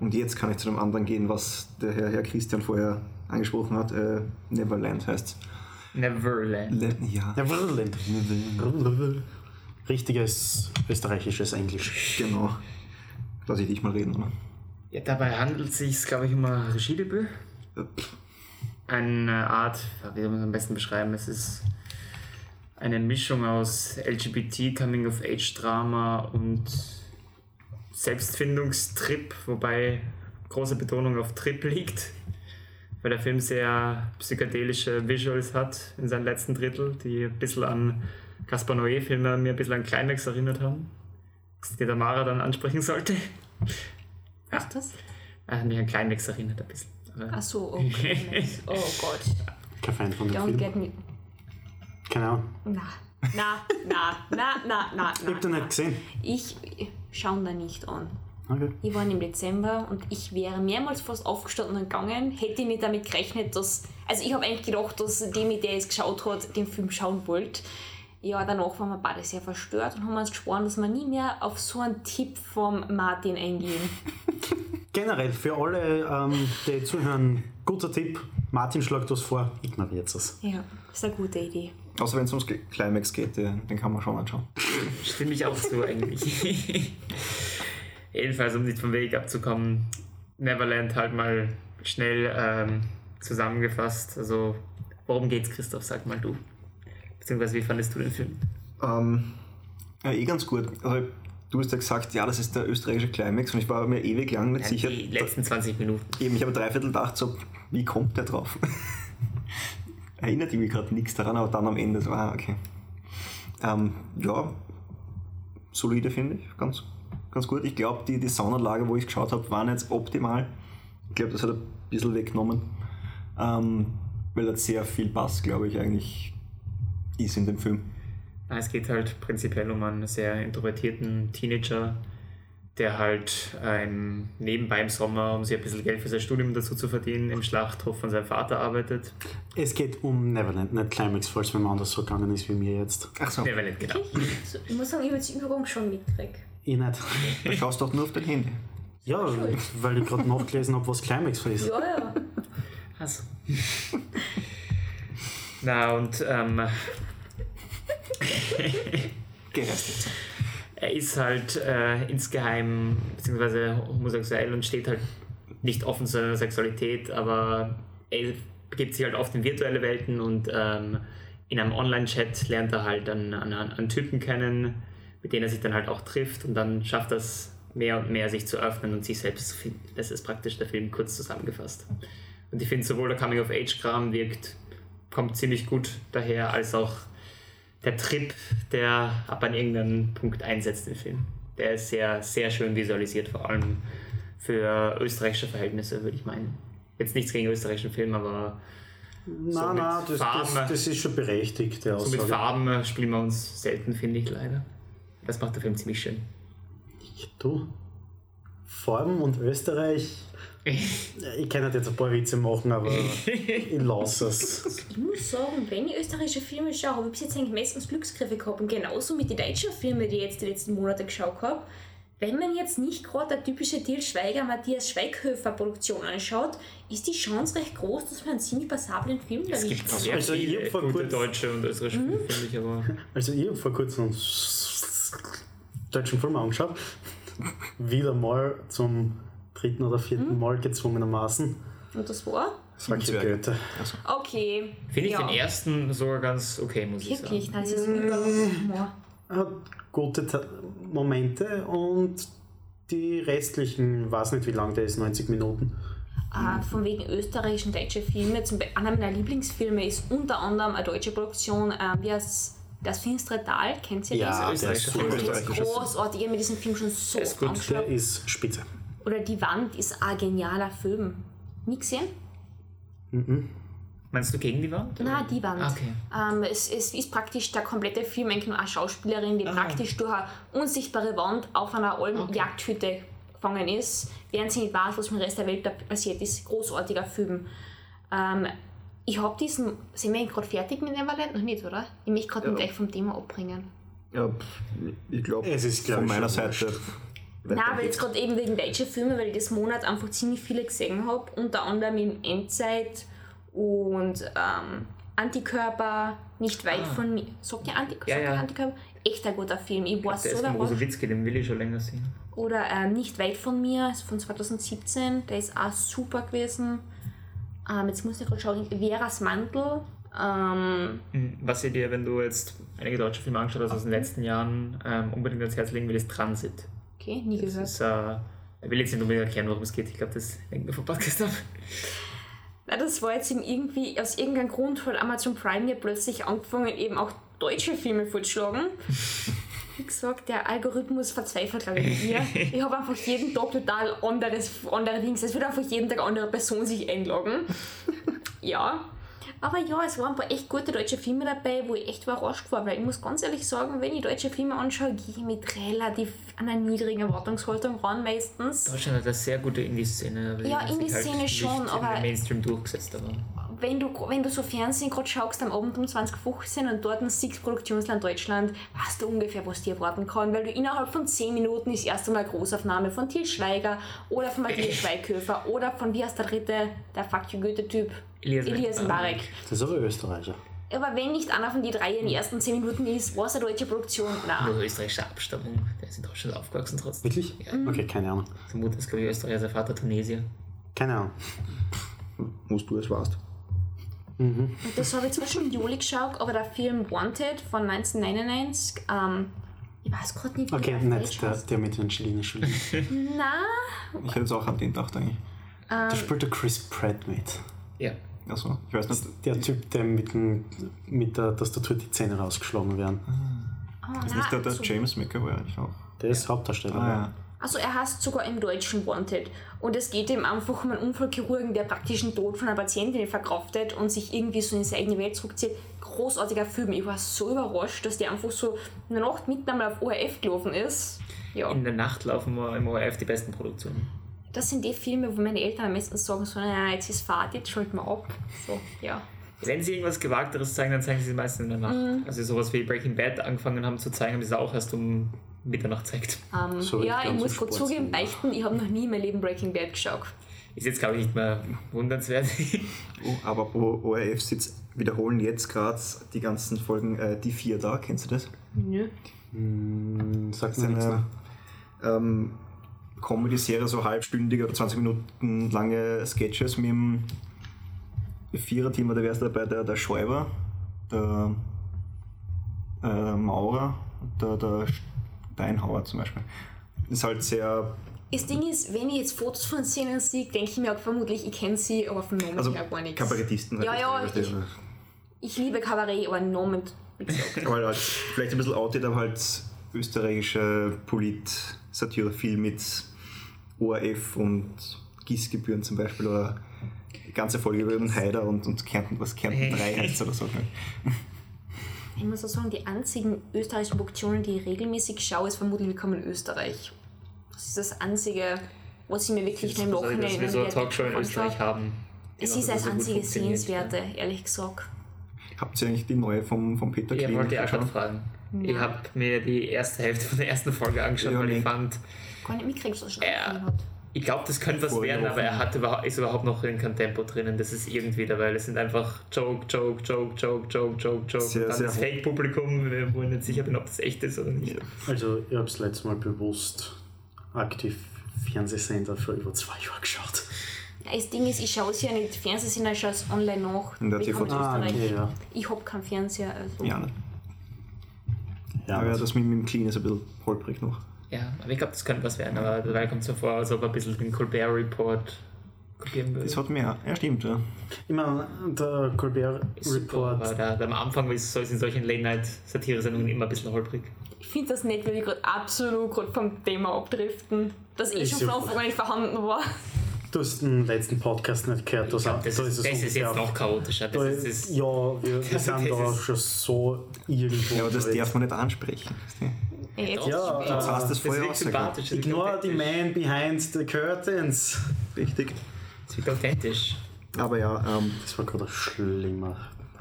Speaker 4: Und jetzt kann ich zu dem anderen gehen, was der Herr, Herr Christian vorher angesprochen hat. Äh, Neverland heißt.
Speaker 1: Neverland.
Speaker 4: Le ja.
Speaker 2: Ja, Wurland. Wurland. Richtiges österreichisches Englisch.
Speaker 4: Genau. Lass ich dich mal reden, oder?
Speaker 1: Ja, dabei handelt es sich, glaube ich, um ein Regiedebüt. Eine Art, wie soll man es am besten beschreiben? Es ist eine Mischung aus LGBT, Coming-of-Age-Drama und Selbstfindungstrip, wobei große Betonung auf Trip liegt, weil der Film sehr psychedelische Visuals hat in seinem letzten Drittel, die ein bisschen an Gaspar Noé-Filme mir ein bisschen an Climax erinnert haben, die der Mara dann ansprechen sollte.
Speaker 3: Was ist das?
Speaker 1: Er hat mich Ah, an Climax erinnert ein bisschen. Aber
Speaker 3: Ach so, okay. oh Gott.
Speaker 2: Kein Fan von dem
Speaker 3: Don't
Speaker 2: Film.
Speaker 3: get me.
Speaker 2: Keine Ahnung.
Speaker 3: Na, na, na, na, na, na.
Speaker 2: Ich hab den nicht gesehen.
Speaker 3: Ich schaue ihn da nicht an.
Speaker 2: Okay.
Speaker 3: Ich war im Dezember und ich wäre mehrmals fast aufgestanden und gegangen, hätte ich nicht damit gerechnet, dass. Also, ich habe eigentlich gedacht, dass die, mit der es geschaut hat, den Film schauen wollte. Ja, danach waren wir beide sehr verstört und haben uns geschworen, dass wir nie mehr auf so einen Tipp vom Martin eingehen.
Speaker 2: Generell für alle, ähm, die zuhören, guter Tipp. Martin schlagt was vor, ignoriert es.
Speaker 3: Ja, ist eine gute Idee.
Speaker 4: Außer wenn es ums Ge- Climax geht, äh, den, den kann man schon anschauen.
Speaker 1: stimme ich auch zu eigentlich. Jedenfalls, um nicht vom Weg abzukommen, Neverland halt mal schnell ähm, zusammengefasst. Also, worum geht's, Christoph? Sag mal du. Beziehungsweise, wie fandest du den Film?
Speaker 4: Ähm, ja, eh ganz gut. Also, du hast ja gesagt, ja, das ist der österreichische Climax und ich war mir ewig lang nicht sicher.
Speaker 1: Die letzten 20 Minuten.
Speaker 4: Eben, ich habe dreiviertel gedacht, so, wie kommt der drauf? Erinnert irgendwie gerade nichts daran, aber dann am Ende so, ah, okay. Ähm, ja, solide finde ich, ganz, ganz gut. Ich glaube, die, die Soundanlage, wo ich geschaut habe, war nicht optimal. Ich glaube, das hat ein bisschen weggenommen, ähm, weil da sehr viel Bass, glaube ich, eigentlich ist in dem Film.
Speaker 1: Na, Es geht halt prinzipiell um einen sehr introvertierten Teenager, der halt ähm, nebenbei im Sommer, um sich ein bisschen Geld für sein Studium dazu zu verdienen, im Schlachthof von seinem Vater arbeitet.
Speaker 2: Es geht um Neverland, nicht Climax, falls mir mal anders so gegangen ist wie mir jetzt.
Speaker 4: Ach so,
Speaker 1: Neverland, genau.
Speaker 5: So, ich muss sagen, ich habe jetzt die Übung schon mitgekriegt.
Speaker 2: Ich nicht.
Speaker 4: du schaust doch nur auf dein Handy.
Speaker 2: Ja, weil ich gerade nachgelesen habe, was Climax ist.
Speaker 5: Ja, ja.
Speaker 1: Also. Na und ähm,
Speaker 4: Gereist.
Speaker 1: er ist halt äh, insgeheim beziehungsweise homosexuell und steht halt nicht offen zu seiner Sexualität, aber er begibt sich halt oft in virtuelle Welten und ähm, in einem Online-Chat lernt er halt einen, einen, einen Typen kennen, mit denen er sich dann halt auch trifft und dann schafft er es mehr und mehr sich zu öffnen und sich selbst zu finden. Das ist praktisch der Film kurz zusammengefasst. Und ich finde sowohl der Coming-of-Age-Kram wirkt kommt ziemlich gut daher, als auch der Trip, der ab an irgendeinem Punkt einsetzt im Film. Der ist sehr, sehr schön visualisiert, vor allem für österreichische Verhältnisse, würde ich meinen. Jetzt nichts gegen österreichischen Film, aber
Speaker 2: Nein,
Speaker 1: mit
Speaker 2: nein, das, das,
Speaker 1: Farben.
Speaker 2: das ist schon berechtigt, der
Speaker 1: so mit
Speaker 2: Aussage.
Speaker 1: Farben äh, spielen wir uns selten, finde ich leider. Das macht der Film ziemlich schön.
Speaker 2: du, Farben und Österreich. Ja, Ich kann halt jetzt ein paar Witze machen, aber ich lasse es.
Speaker 3: Ich muss sagen, wenn ich österreichische Filme schaue, habe ich bis jetzt eigentlich meistens Glücksgriffe gehabt. Und genauso mit den deutschen Filmen, die ich jetzt die letzten Monate geschaut habe. Wenn man jetzt nicht gerade der typische Til Schweiger Matthias Schweighöfer Produktion anschaut, ist die Chance recht groß, dass man einen ziemlich passablen Film
Speaker 1: Es gibt
Speaker 3: erwischt.
Speaker 1: sehr
Speaker 2: Also, ich
Speaker 1: viele
Speaker 2: hab vor
Speaker 1: gute
Speaker 2: kurz-
Speaker 1: deutsche und österreichische Filme, finde ich, aber
Speaker 2: Also, ich habe vor kurzem einen deutschen Film angeschaut. Wieder mal zum dritten oder vierten Mal gezwungenermaßen.
Speaker 3: Und das war?
Speaker 2: Sagt die
Speaker 4: Zwerge.
Speaker 2: Goethe.
Speaker 3: Okay.
Speaker 1: finde ich
Speaker 3: ja.
Speaker 1: den ersten sogar ganz okay, muss ich sagen.
Speaker 3: Wirklich, das ist Humor.
Speaker 2: Hat gute Ta Momente und die restlichen, weiß nicht wie lang der ist, 90 Minuten.
Speaker 3: Äh, von wegen österreichischen deutschen Filme. Zum Beispiel einer meiner Lieblingsfilme ist unter anderem eine deutsche Produktion, äh, wie heißt das finstere Tal, kennt ihr
Speaker 2: Ja,
Speaker 3: das?
Speaker 2: der ist
Speaker 1: österreichische
Speaker 2: super.
Speaker 1: Film.
Speaker 3: Das ist großartig, ich habe mir diesen Film schon so
Speaker 1: Äh, Ist gut.
Speaker 3: angeschaut.
Speaker 2: Der ist spitze.
Speaker 3: Oder Die Wand ist ein genialer Film. Nie gesehen?
Speaker 1: Meinst du gegen die Wand? Ah,
Speaker 3: Na, die Wand.
Speaker 1: Okay.
Speaker 3: Ähm, es, es ist praktisch der komplette Film eigentlich nur eine Schauspielerin, die praktisch durch eine unsichtbare Wand auf einer alten Jagdhütte gefangen ist, während sie nicht weiß, was im Rest der Welt da passiert ist. Großartiger Film. Ähm, ich habe diesen. Sind wir gerade fertig mit Neverland? Noch nicht, oder? Ich möchte gerade gleich vom Thema abbringen.
Speaker 4: Ja, pff, ich glaube,
Speaker 2: Es ist, glaub
Speaker 4: von
Speaker 2: ich,
Speaker 4: meiner
Speaker 2: schon wurscht.
Speaker 4: Seite.
Speaker 3: Nein, aber jetzt gerade eben wegen deutscher Filme, weil ich das Monat einfach ziemlich viele gesehen habe. Unter anderem im Endzeit und ähm, Antikörper, nicht weit von mir. Sagt ihr
Speaker 1: Ah.
Speaker 3: Antikörper?
Speaker 1: Ja,
Speaker 3: sagt ihr
Speaker 1: ja.
Speaker 3: Antikörper? Echt ein guter Film. Ich war
Speaker 1: Der
Speaker 3: so
Speaker 1: ist von
Speaker 3: darauf.
Speaker 1: Rosowitzki, den will ich schon länger sehen.
Speaker 3: Oder ähm, Nicht weit von mir, ist von 2017. Der ist auch super gewesen. Ähm, jetzt muss ich gerade schauen. Veras Mantel. Ähm,
Speaker 1: Mhm. Was ich dir, wenn du jetzt einige deutsche Filme angeschaut hast aus den letzten Jahren, ähm, unbedingt ans Herz legen will, ist Transit.
Speaker 3: okay, nie
Speaker 1: Das
Speaker 3: gehört.
Speaker 1: ist, äh, ich will jetzt nicht unbedingt erklären, worum es geht. Ich glaube, das hängt nur vom Podcast ab.
Speaker 3: Na, das war jetzt eben irgendwie, aus irgendeinem Grund hat Amazon Prime ja plötzlich angefangen, eben auch deutsche Filme vorzuschlagen. Wie gesagt, der Algorithmus verzweifelt, glaube ich, mir. Ich habe einfach jeden Tag total anderes, andere Dings. Es wird einfach jeden Tag eine andere Person sich einloggen. Ja. Aber ja, es waren ein paar echt gute deutsche Filme dabei, wo ich echt überrascht war, weil ich muss ganz ehrlich sagen, wenn ich deutsche Filme anschaue, gehe ich mit relativ einer niedrigen Erwartungshaltung ran meistens.
Speaker 1: Deutschland hat eine sehr gute Indie-Szene. aber die
Speaker 3: Ja,
Speaker 1: hat sich
Speaker 3: Indie-Szene
Speaker 1: nicht
Speaker 3: schon,
Speaker 1: in
Speaker 3: aber-
Speaker 1: den Mainstream durchgesetzt, aber...
Speaker 3: wenn du, wenn du so Fernsehen gerade schaust am Abend um 2015 und dort ein Six Produktionsland Deutschland, weißt du ungefähr, was dir erwarten kann, weil du innerhalb von 10 Minuten ist erst einmal eine Großaufnahme von Til Schweiger oder von Matthias Schweighöfer oder von wie heißt der dritte, der Fuck you Goethe-Typ,
Speaker 1: Elias
Speaker 3: Elias
Speaker 1: Mbarek.
Speaker 3: Mbarek.
Speaker 2: Das ist aber Österreicher.
Speaker 3: Aber wenn nicht einer von die drei in den ersten 10 Minuten ist, was eine deutsche Produktion? Nein.
Speaker 1: Nur österreichischer Abstammung. Der ist in Deutschland aufgewachsen trotzdem.
Speaker 2: Wirklich?
Speaker 1: Ja.
Speaker 2: Okay, keine Ahnung.
Speaker 1: Seine Mutter ist, glaube ich, Österreicher, sein also Vater Tunesier.
Speaker 2: Keine Ahnung.
Speaker 4: Musst du es warst.
Speaker 3: Und das habe ich zum Beispiel im Juli geschaut, aber der Film Wanted von 1999, ähm, ich weiß gerade nicht, wie
Speaker 2: Okay,
Speaker 3: der auf Deutsch
Speaker 2: nicht der,
Speaker 3: heißt.
Speaker 2: der mit Angelina Jolie.
Speaker 3: Nein.
Speaker 4: Ich hätte jetzt auch an den gedacht eigentlich.
Speaker 2: Da spielt der Chris Pratt mit.
Speaker 1: Ja.
Speaker 4: Also, ich weiß nicht,
Speaker 2: Der Typ, der mit, dem, mit der Tastatur die Zähne rausgeschlagen werden.
Speaker 3: Oh,
Speaker 4: ist
Speaker 3: nein,
Speaker 4: nicht der, der
Speaker 3: so-
Speaker 4: James McAvoy eigentlich auch.
Speaker 2: Der ist Hauptdarsteller.
Speaker 4: Ah, ja.
Speaker 3: Also er heißt sogar im Deutschen Wanted. Und es geht ihm einfach um einen Unfallchirurgen, der praktisch den Tod von einer Patientin verkraftet und sich irgendwie so in seine eigene Welt zurückzieht. Großartiger Film. Ich war so überrascht, dass der einfach so in der Nacht mitten einmal auf ORF gelaufen ist. Ja.
Speaker 1: In der Nacht laufen wir im ORF die besten Produktionen.
Speaker 3: Das sind die Filme, wo meine Eltern am meisten sagen, so, naja, jetzt ist Fahrt, jetzt schalten wir ab. So, ja.
Speaker 1: Wenn sie irgendwas Gewagteres zeigen, dann zeigen sie es meistens in der Nacht. Also sowas wie Breaking Bad angefangen haben zu zeigen, haben sie es auch erst um Mitternacht zeigt.
Speaker 3: Ähm,
Speaker 2: So, ich
Speaker 3: ja, ich
Speaker 2: glaub, so
Speaker 3: muss kurz
Speaker 2: Sportfilme.
Speaker 3: zugeben, beichten, ich habe noch nie in meinem Leben Breaking Bad geschaut.
Speaker 1: Ist jetzt, glaube ich, nicht mehr wundernswert.
Speaker 4: Oh, aber pro ORF sitzt, wiederholen jetzt gerade die ganzen Folgen, äh, die vier da, kennst du das?
Speaker 3: Nö.
Speaker 2: Hm, Sagt
Speaker 4: Das
Speaker 2: mir
Speaker 4: ist
Speaker 2: nichts.
Speaker 4: eine
Speaker 2: ne?
Speaker 4: ähm, Comedy-Serie, so halbstündige oder 20 Minuten lange Sketches mit dem Vierer-Team, da wärst du dabei, der, der Schäuber, der äh, Maurer, und der, der Steinhauer zum Beispiel. Ist halt sehr
Speaker 3: Das Ding ist, wenn ich jetzt Fotos von Szenen sehe, denke ich mir auch vermutlich, ich kenne sie, aber vom Namen
Speaker 4: also
Speaker 3: her gar nichts.
Speaker 4: Kabarettisten.
Speaker 3: Ja, ja,
Speaker 4: das ist-
Speaker 3: ich- Ich liebe Kabarett, aber no mit.
Speaker 4: Aber halt, vielleicht ein bisschen outed, aber halt österreichische Polit-Satire viel mit ORF und GIS-Gebühren zum Beispiel oder ganze Folge über den Haider und, und Kärnten, was Kärnten 3 heißt oder so. ne?
Speaker 3: Ich muss auch sagen, die einzigen österreichischen Produktionen, die ich regelmäßig schaue, ist vermutlich Willkommen in Österreich. Das ist das einzige, was ich mir wirklich im
Speaker 1: Großartig,
Speaker 3: Nachhinein
Speaker 1: Also, dass wir so eine
Speaker 3: erinnere,
Speaker 1: Talkshow in
Speaker 3: die ich
Speaker 1: Österreich
Speaker 3: angeschaut habe.
Speaker 1: haben. die
Speaker 3: Es
Speaker 1: noch
Speaker 3: ist als
Speaker 1: so gut
Speaker 3: einzige
Speaker 1: funktioniert.
Speaker 3: Sehenswerte, ehrlich gesagt.
Speaker 4: Habt ihr eigentlich die neue vom, vom Peter
Speaker 1: Ich
Speaker 4: Kling
Speaker 1: wollte auch gerade
Speaker 4: geschaut?
Speaker 1: fragen. Ich habe mir die erste Hälfte von der ersten Folge angeschaut,
Speaker 4: Ja,
Speaker 1: weil ich
Speaker 4: nee.
Speaker 1: fand,
Speaker 3: Gar nicht mitkriegt, was er schon
Speaker 1: Ja.
Speaker 3: angefangen hat.
Speaker 1: ich glaube, das könnte was
Speaker 4: Vorher
Speaker 1: werden,
Speaker 4: noch.
Speaker 1: aber er hat überhaupt, ist überhaupt noch in kein Tempo drinnen. Das ist irgendwie dabei. Es sind einfach Joke, Joke, Joke, Joke, Joke, Joke, Joke.
Speaker 4: Sehr,
Speaker 1: und dann
Speaker 4: sehr
Speaker 1: das
Speaker 4: hoch.
Speaker 1: Fake-Publikum, wir wollen nicht sicher bin, ob das echt ist oder nicht.
Speaker 2: Also, ich habe es letztes Mal bewusst aktiv Fernsehsender für über zwei Jahre geschaut.
Speaker 3: Ja, Das Ding ist, ich schaue es ja nicht Fernsehsender, ich schaue es online nach.
Speaker 4: In der
Speaker 3: Willkommen
Speaker 4: TV.
Speaker 3: in Österreich.
Speaker 2: ja.
Speaker 3: Ich habe keinen Fernseher. Also.
Speaker 4: Ja, ne?
Speaker 1: Ah,
Speaker 2: Ja,
Speaker 4: aber ja,
Speaker 2: also,
Speaker 4: das mit, mit dem Clean ist ein bisschen holprig noch.
Speaker 1: Ja, aber ich glaube, das könnte was werden, aber dabei kommt es so vor, als ob er ein bisschen den Colbert Report kopieren würde.
Speaker 4: Das hat mehr. Ja, stimmt, ja.
Speaker 2: ich meine, der Colbert
Speaker 1: Ist super,
Speaker 2: Report
Speaker 1: aber da, da am Anfang ist soll es in solchen Late-Night-Satire-Sendungen immer ein bisschen holprig.
Speaker 3: Ich finde das nett, weil wir gerade absolut gerade vom Thema abdriften. Das eh
Speaker 2: Ist
Speaker 3: schon
Speaker 2: ja
Speaker 3: von
Speaker 2: gut.
Speaker 3: Anfang an nicht vorhanden war.
Speaker 2: Du hast den letzten Podcast nicht gehört, also,
Speaker 1: Das,
Speaker 2: da
Speaker 1: ist,
Speaker 2: ist es
Speaker 1: das ist jetzt
Speaker 2: ungefähr-
Speaker 1: noch chaotischer.
Speaker 2: da
Speaker 1: Das ist,
Speaker 2: ist,
Speaker 1: ist,
Speaker 2: ja, wir, wir
Speaker 1: Das-
Speaker 2: sind
Speaker 1: das
Speaker 2: da
Speaker 1: ist-
Speaker 2: schon so irgendwo.
Speaker 4: Ja, aber das
Speaker 2: unterwegs.
Speaker 4: darf man nicht ansprechen.
Speaker 3: Ey,
Speaker 1: Doch,
Speaker 2: Ja,
Speaker 1: das ist-
Speaker 2: äh,
Speaker 4: hast du das
Speaker 1: das
Speaker 4: vorher
Speaker 1: wirkt
Speaker 4: rausgekommen.
Speaker 1: sympathisch. das wirkt
Speaker 2: Ignore the
Speaker 1: authentisch.
Speaker 2: man behind the curtains.
Speaker 4: Richtig.
Speaker 1: Das wirkt authentisch.
Speaker 4: Aber ja, ähm,
Speaker 2: Das war gerade ein schlimmer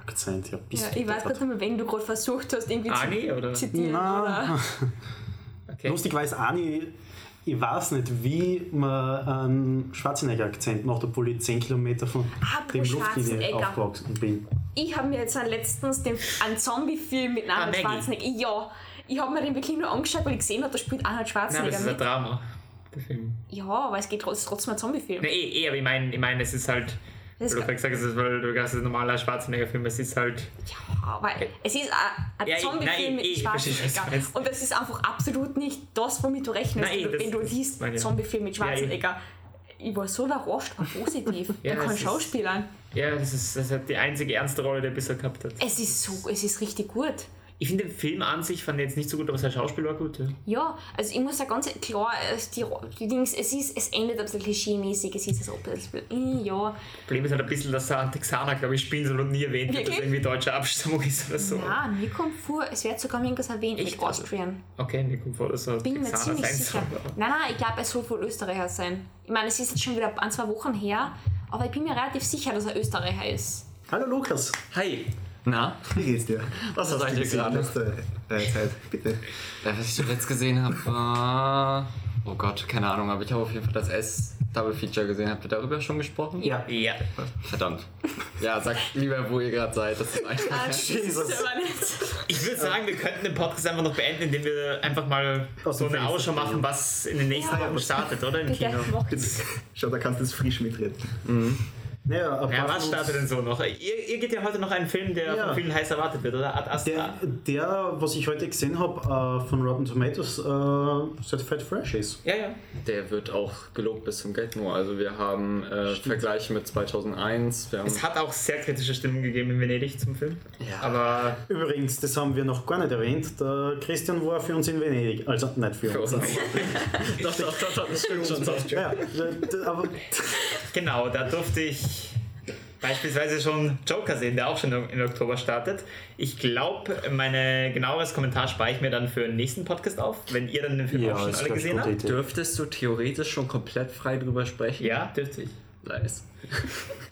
Speaker 2: Akzent. Ja, bist
Speaker 3: Ja,
Speaker 2: du
Speaker 3: ich weiß
Speaker 2: deppert.
Speaker 3: gerade nicht mehr, wen du gerade versucht hast, irgendwie
Speaker 1: Ani, oder?
Speaker 3: zu zitieren.
Speaker 2: Na.
Speaker 3: Oder?
Speaker 1: Okay.
Speaker 2: Lustig weiß Ani, ich weiß nicht, wie man einen Schwarzenegger-Akzent macht, obwohl ich 10 Kilometer von
Speaker 3: Apropos
Speaker 2: dem Luftlinie
Speaker 3: Ah, Schwarzenegger.
Speaker 2: aufgewachsen bin.
Speaker 3: Ich habe mir jetzt dann letztens den, einen Zombie-Film mit
Speaker 1: Ah,
Speaker 3: Arnold
Speaker 1: Maggie.
Speaker 3: Schwarzenegger. Ja, ich habe mir den wirklich nur angeschaut, weil ich gesehen habe, da spielt Arnold
Speaker 1: Nein,
Speaker 3: Schwarzenegger
Speaker 1: das ist halt ein
Speaker 3: mit.
Speaker 1: Drama. Der Film.
Speaker 3: Ja, aber es geht trotz- trotzdem ein Zombie-Film.
Speaker 1: Nee, eh, eh, aber ich meine, ich mein, es ist halt. Weil
Speaker 3: Das ist
Speaker 1: du gerade gesagt hast, weil du gesagt hast, normaler Schwarzenegger-Film, es ist halt.
Speaker 3: Aber es ist ein, ein
Speaker 1: Ja, ich- nein,
Speaker 3: Zombie-Film mit
Speaker 1: ich- ich verstehe, was du
Speaker 3: Schwarzenegger.
Speaker 1: meinst.
Speaker 3: Und das ist einfach absolut nicht das, womit du rechnest,
Speaker 1: Nein,
Speaker 3: wenn du
Speaker 1: das-
Speaker 3: liest
Speaker 1: meine ich.
Speaker 3: Zombie-Film mit
Speaker 1: Ja, ich-
Speaker 3: Schwarzenegger. Ich war so überrascht, war positiv.
Speaker 1: Ja,
Speaker 3: Der kann
Speaker 1: es ist-
Speaker 3: Schauspielern.
Speaker 1: Ja, das ist, das ist die einzige ernste Rolle, die er bisher gehabt hat.
Speaker 2: Äh.
Speaker 3: Es ist so, es ist richtig gut.
Speaker 1: Ich finde den Film an sich fand ich jetzt nicht so gut, aber sein Schauspiel war gut. Ja.
Speaker 3: Ja, also ich muss ja ganz klar, es- die, Ro- die Dings, es ist, es endet ein bisschen klischee-mäßig, es ist es bisschen, Hm, ja.
Speaker 1: Problem ist halt ein bisschen, dass er einen Texaner, glaube ich, spielen soll und nie erwähnt wird, dass er
Speaker 3: Wirklich?
Speaker 1: irgendwie deutscher Abstammung ist oder so.
Speaker 3: Na, mir kommt vor, es wird sogar irgendwas erwähnt
Speaker 1: Echt?
Speaker 3: mit Austrian.
Speaker 1: Okay, mir kommt vor, dass er
Speaker 3: Bin mir
Speaker 1: Texaner
Speaker 3: ziemlich
Speaker 1: sein
Speaker 3: sicher.
Speaker 1: soll.
Speaker 3: Nein, nein, ich glaube, er soll wohl Österreicher sein. Ich meine, es ist jetzt schon wieder ein, zwei Wochen her, aber ich bin mir relativ sicher, dass er Österreicher ist.
Speaker 2: Hallo Lukas,
Speaker 1: Hi! Na,
Speaker 4: wie geht's dir?
Speaker 1: was hast du
Speaker 4: Die
Speaker 1: eigentlich gerade?
Speaker 4: letzte äh, Zeit, bitte.
Speaker 6: Ja, äh, was ich zuletzt gesehen habe, war. Oh Gott, keine Ahnung, aber ich habe auf jeden Fall das S-Double-Feature gesehen. Habt ihr darüber schon gesprochen?
Speaker 2: Ja.
Speaker 1: Ja.
Speaker 6: Verdammt. Ja, sagt lieber, wo ihr gerade seid. Das ist einfach.
Speaker 2: Jesus.
Speaker 1: Ich würde sagen, wir könnten den Podcast einfach noch beenden, indem wir einfach mal
Speaker 2: Aus
Speaker 1: so
Speaker 2: dem
Speaker 1: eine
Speaker 2: Fenster
Speaker 1: Ausschau machen, was in den nächsten
Speaker 3: Ja.
Speaker 1: Wochen startet, oder? Im
Speaker 3: Bitte,
Speaker 1: Kino.
Speaker 3: macht's.
Speaker 4: Schau, da kannst du jetzt frisch mitreden.
Speaker 2: Naja, apart
Speaker 1: Ja, was
Speaker 2: von-
Speaker 1: startet denn so noch? Ihr, ihr geht ja heute noch einen Film, der
Speaker 2: Ja.
Speaker 1: von vielen heiß erwartet wird, oder? Ad Astra.
Speaker 2: Der, der, was ich heute gesehen habe äh, von Rotten Tomatoes, äh, Certified Fresh ist.
Speaker 1: Ja, ja.
Speaker 6: Der wird auch gelobt bis zum Geld nur. Also, wir haben äh, Vergleiche mit 2001. Wir haben
Speaker 1: Es hat auch sehr kritische Stimmen gegeben in Venedig zum Film.
Speaker 6: Ja.
Speaker 1: Aber
Speaker 2: Übrigens, das haben wir noch gar nicht erwähnt, der Christian war für uns in Venedig. Also, nicht für,
Speaker 6: für
Speaker 2: uns.
Speaker 6: uns.
Speaker 1: doch, doch, doch, das stimmt schon.
Speaker 2: Ja, d- aber
Speaker 1: Genau, da durfte ich beispielsweise schon Joker sehen, der auch schon im Oktober startet. Ich glaube, meine genaueres Kommentar spare ich mir dann für den nächsten Podcast auf, wenn ihr dann den Film auch schon alle
Speaker 2: glaub ich,
Speaker 1: gesehen
Speaker 2: gute
Speaker 1: habt.
Speaker 2: Idee.
Speaker 6: Dürftest du theoretisch schon komplett frei drüber sprechen?
Speaker 1: Ja, dürfte ich.
Speaker 6: Nice.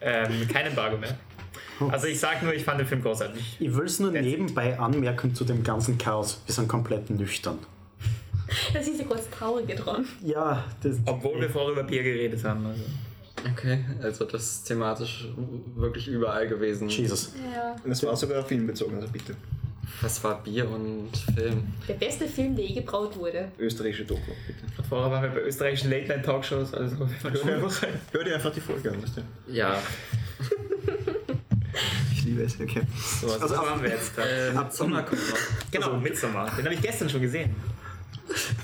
Speaker 1: Ähm, kein Embargo mehr. Also ich sag nur, ich fand den Film großartig.
Speaker 2: Ich will es nur nebenbei anmerken zu dem ganzen Chaos. Wir sind komplett nüchtern.
Speaker 3: Das ist ja kurz Traurige dran.
Speaker 2: Ja, das,
Speaker 1: Obwohl wir vorher über Bier geredet haben. Also.
Speaker 6: Okay, also das ist thematisch wirklich überall gewesen.
Speaker 2: Jesus.
Speaker 4: Das war sogar filmbezogen, also bitte.
Speaker 6: Was war Bier und Film?
Speaker 3: Der beste Film, der je gebraut wurde.
Speaker 4: Österreichische Doku, bitte.
Speaker 1: Vorher waren wir bei österreichischen Late-Night-Talkshows. Also
Speaker 4: Hör dir einfach die Folge an, weißt du?
Speaker 6: Ja,
Speaker 4: Ich liebe es, okay.
Speaker 1: so, was
Speaker 4: Also,
Speaker 1: waren wir jetzt da?
Speaker 6: ähm, Sommer kommt noch.
Speaker 1: Genau, Midsommar. Den habe ich gestern schon gesehen.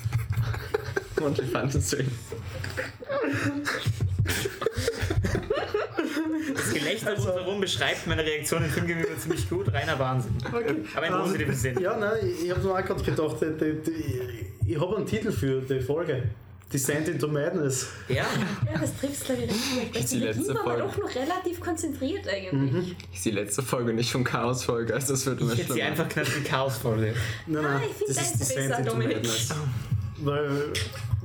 Speaker 6: Und wie fandest du ihn?
Speaker 1: Das Recht um uns herum beschreibt meine Reaktion im Film gegenüber ziemlich gut. Reiner Wahnsinn. Aber in positivem Sinn.
Speaker 2: Ja, nein, ich- ich habe mir auch gerade gedacht, die, die, die, ich habe einen Titel für die Folge. Descent into Madness.
Speaker 1: Ja,
Speaker 3: Ja, das trifft glaube ich richtig. Das
Speaker 6: die letzte
Speaker 3: Beginn war aber
Speaker 6: Folge.
Speaker 3: doch noch relativ konzentriert eigentlich.
Speaker 6: Ist die letzte Folge nicht von Chaos-Folge, also das wird immer
Speaker 1: ich hätte sie
Speaker 6: schlimmer.
Speaker 1: einfach knapp wie Chaos vorlesen.
Speaker 2: Nein, nein,
Speaker 3: Ah, ich find deins besser, Dominik.
Speaker 2: Weil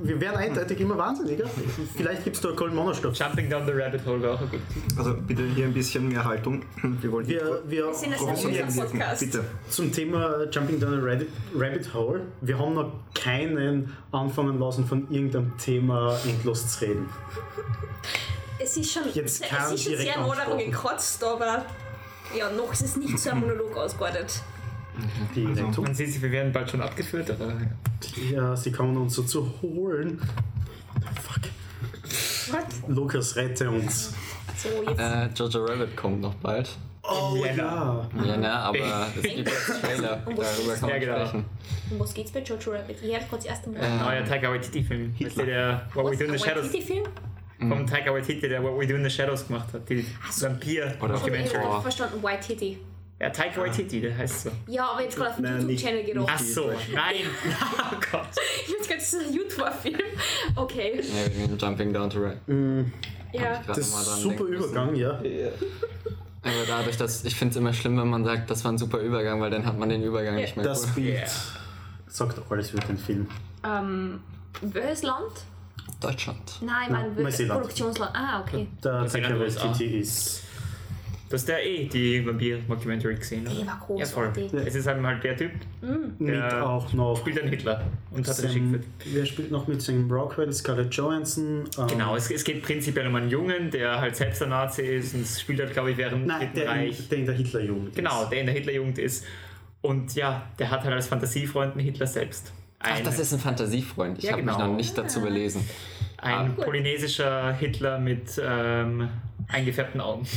Speaker 2: wir werden eindeutig immer wahnsinniger. Vielleicht gibt es da einen Kolmonerstoff.
Speaker 1: Jumping down the rabbit hole war auch ein guter Titel.
Speaker 4: Also bitte hier ein bisschen mehr Haltung. Wir wollen
Speaker 2: Wir, wir
Speaker 3: sind das
Speaker 4: professionell
Speaker 3: seriöser
Speaker 4: wirken.
Speaker 3: Podcast.
Speaker 4: Bitte.
Speaker 2: zum Thema Jumping Down a Rabbit, Rabbit Hole. Wir haben noch keinen anfangen lassen, von irgendeinem Thema endlos zu reden.
Speaker 3: Es ist schon,
Speaker 2: Jetzt
Speaker 3: es
Speaker 2: kann
Speaker 3: ist schon
Speaker 2: direkt
Speaker 3: sehr modern
Speaker 2: ansprechen.
Speaker 3: gekotzt, aber ja, noch ist es nicht so ein Monolog ausgeartet.
Speaker 2: Die
Speaker 1: Man sieht sich, wir werden bald schon abgeführt, aber
Speaker 2: Ja, sie kommen uns so zu holen. What the fuck? Lukas, rette uns.
Speaker 3: So, jetzt
Speaker 6: Äh, Jojo Rabbit kommt noch bald.
Speaker 2: Oh
Speaker 1: Jänner.
Speaker 6: Ja, ne, aber es gibt jetzt Trailer, darüber kann man
Speaker 1: Ja, genau.
Speaker 6: sprechen.
Speaker 3: um was geht's bei Jojo Rabbit? Ich hab grad das erste Mal.
Speaker 1: neuer Taika Waititi-Film. Weißt du, der What We Do in the Oh, Shadows
Speaker 3: Film?
Speaker 1: vom Taika Waititi, der What We Do in the Shadows gemacht hat. Die
Speaker 6: Oder-
Speaker 3: Ich
Speaker 1: Vampir-Documentary.
Speaker 3: hab
Speaker 6: Boah.
Speaker 3: verstanden, White Titty.
Speaker 1: Ja, Taika Waititi, der heißt so.
Speaker 3: Ja, aber jetzt gerade auf den
Speaker 4: Nein,
Speaker 3: YouTube-Channel
Speaker 4: nicht-
Speaker 3: gedacht.
Speaker 1: Ach so, nein. Oh Gott.
Speaker 3: Ich hab grad das ist ein YouTuber-Film. Okay.
Speaker 6: Ja, wegen Jumping Down to Rabbit.
Speaker 1: Mhm.
Speaker 3: Ja.
Speaker 2: Das ist super Übergang, ja.
Speaker 6: Aber dadurch, dass ich finde es immer schlimm, wenn man sagt, das war ein super Übergang, weil dann hat man den Übergang nicht mehr.
Speaker 2: Das
Speaker 6: cool.
Speaker 2: Bild sagt alles über den Film.
Speaker 3: Ähm, welches Land?
Speaker 6: Deutschland.
Speaker 3: Nein, mein welches
Speaker 2: Neuseeland.
Speaker 3: Produktionsland. Ah, okay.
Speaker 2: Der
Speaker 1: Das sind
Speaker 2: Taika
Speaker 1: ja USA.
Speaker 2: Waititi ist.
Speaker 1: Das ist der eh, die Vampir-Documentary gesehen.
Speaker 3: Die
Speaker 1: Oder?
Speaker 3: war
Speaker 1: Ja, voll.
Speaker 3: großartig.
Speaker 1: Es ist halt, halt der Typ,
Speaker 2: Mit
Speaker 1: Der
Speaker 2: auch noch.
Speaker 1: spielt dann Hitler und hat den
Speaker 2: Sam,
Speaker 1: Schicksal.
Speaker 2: wer spielt noch mit Sam Rockwell, Scarlett Johansson? ähm,
Speaker 1: Genau, es, es geht prinzipiell um einen Jungen, der halt selbst ein Nazi ist und es spielt halt, glaube ich, während
Speaker 2: Nein,
Speaker 1: Dritten
Speaker 2: der
Speaker 1: Reich.
Speaker 2: in, der in der Hitlerjugend.
Speaker 1: Genau,
Speaker 2: Ist.
Speaker 1: der in der Hitlerjugend ist. Und ja, der hat halt als Fantasiefreund einen Hitler selbst. Ein,
Speaker 6: Ach, das ist ein Fantasiefreund. Ich
Speaker 1: Ja,
Speaker 6: habe mich
Speaker 1: genau.
Speaker 6: noch nicht dazu belesen. Ah,
Speaker 1: ein polynesischer Hitler mit ähm, eingefärbten Augen.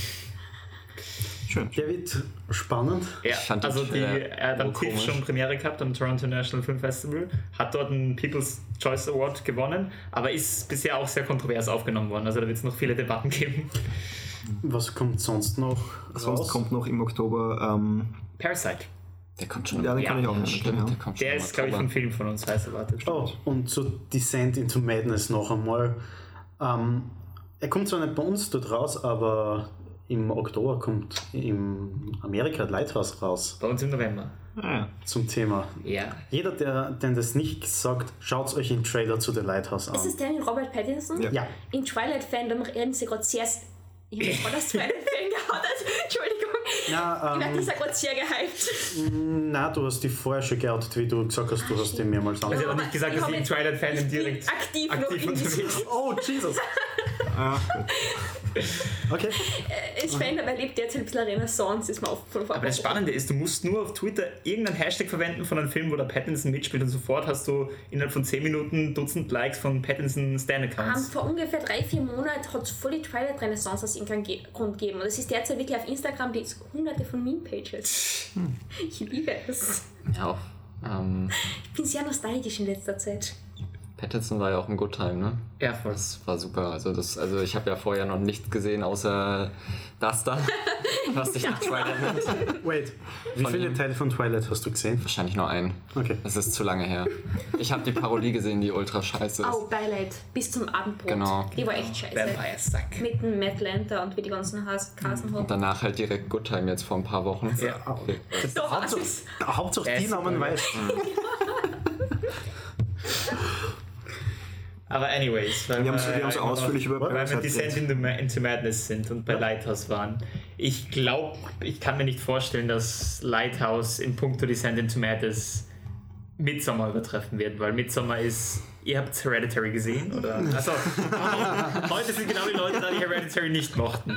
Speaker 4: Schön.
Speaker 2: Der wird spannend.
Speaker 1: Ja,
Speaker 6: fand das,
Speaker 1: also die,
Speaker 6: äh,
Speaker 1: er hat am
Speaker 6: urkomisch.
Speaker 1: TIFF schon Premiere gehabt am Toronto National Film Festival, hat dort einen People's Choice Award gewonnen, aber ist bisher auch sehr kontrovers aufgenommen worden. Also da wird es noch viele Debatten geben.
Speaker 2: Was kommt sonst noch
Speaker 4: Sonst
Speaker 2: raus?
Speaker 4: kommt noch im Oktober. Ähm,
Speaker 1: Parasite.
Speaker 6: Der kommt schon.
Speaker 4: ja, den kann ich auch
Speaker 6: ja,
Speaker 4: nicht.
Speaker 6: stimmt,
Speaker 4: Ja.
Speaker 6: der kommt
Speaker 1: Der
Speaker 6: schon. im
Speaker 1: ist, glaube ich,
Speaker 6: Oktober.
Speaker 1: ein Film von uns heiß erwartet.
Speaker 2: Oh, und zu Descent into Madness noch einmal. Ähm, er kommt zwar nicht bei uns dort raus, aber im Oktober kommt im Amerika Lighthouse raus
Speaker 1: Bei uns im November.
Speaker 4: Ah, ja.
Speaker 2: zum Thema.
Speaker 1: Ja.
Speaker 2: Jeder, der denn das nicht sagt, schaut euch den Trailer zu The Lighthouse
Speaker 3: Ist es
Speaker 2: an.
Speaker 3: der mit Robert Pattinson?
Speaker 4: Ja.
Speaker 2: Ja,
Speaker 3: In Twilight Fandom reden sie gerade sehr. Ich habe das Twilight Fan gehauen. Entschuldigung.
Speaker 2: Na,
Speaker 3: Ich
Speaker 2: ähm,
Speaker 3: werde das gerade sehr gehypt.
Speaker 2: Na, du hast die vorher schon geoutet, wie du gesagt hast, du
Speaker 3: Ah,
Speaker 2: hast den mehrmals
Speaker 1: Also ich
Speaker 2: an.
Speaker 1: habe nicht gesagt, dass ich
Speaker 3: Ich
Speaker 1: im
Speaker 3: hab jetzt- ich
Speaker 1: Twilight-Fan
Speaker 3: bin
Speaker 1: direkt
Speaker 3: aktiv noch in diesem-
Speaker 1: unterwegs bin.
Speaker 2: Oh, Jesus!
Speaker 4: Ah, gut.
Speaker 2: Okay.
Speaker 3: Ich Fandom erlebt derzeit ein bisschen Renaissance, ist mir aufgefallen.
Speaker 1: Aber das Spannende ist, du musst nur auf Twitter irgendeinen Hashtag verwenden von einem Film, wo der Pattinson mitspielt und sofort hast du innerhalb von 10 Minuten Dutzend Likes von
Speaker 3: Ähm,
Speaker 1: Pattinson-Stan-Accounts.
Speaker 3: vor ungefähr drei, vier Monaten hat es voll die Twilight Renaissance aus irgendeinem Ge Grund gegeben. Und es ist derzeit wirklich auf Instagram die hunderte von Meme-Pages.
Speaker 1: Hm.
Speaker 3: Ich liebe es.
Speaker 6: Ja, auch. Ähm,
Speaker 3: Ich bin sehr nostalgisch in letzter Zeit.
Speaker 6: Pattinson war ja auch im Good Time, ne?
Speaker 1: Ja, voll.
Speaker 6: Das war super. Also, das, also ich habe ja vorher noch nichts gesehen, außer das da, was sich nach Twilight nennt.
Speaker 2: Wait, wie
Speaker 6: Von
Speaker 2: viele
Speaker 6: ihm.
Speaker 2: Teile von Twilight hast du gesehen?
Speaker 6: Wahrscheinlich nur einen.
Speaker 2: Okay.
Speaker 6: Es ist zu lange her. Ich habe die Parodie gesehen, die ultra scheiße ist.
Speaker 3: Oh, Beileid. Bis zum Abendbrot.
Speaker 6: Genau.
Speaker 3: Die war echt scheiße.
Speaker 1: Vampire Suck.
Speaker 3: Mit dem Matt Lanter und wie die ganzen Has Kassen hat.
Speaker 6: Danach halt direkt Good Time jetzt vor ein paar Wochen.
Speaker 1: Ja.
Speaker 3: Doch, was
Speaker 2: Hauptsache,
Speaker 3: ist-
Speaker 2: Hauptsache
Speaker 1: Der
Speaker 2: die
Speaker 1: ist
Speaker 2: Namen
Speaker 1: super.
Speaker 2: weiß.
Speaker 1: Aber anyways, weil
Speaker 4: Wir haben's- wir haben's ausführlich über
Speaker 1: weil wir
Speaker 4: Parasite
Speaker 1: Descent into, Ma- into Madness sind und bei Lighthouse waren. Ich glaube, ich kann mir nicht vorstellen, dass Lighthouse in puncto Descent into Madness Midsommar übertreffen wird, weil Midsommar ist. Ihr habt Hereditary gesehen, oder? Achso, heute sind genau die Leute da, die Hereditary nicht mochten.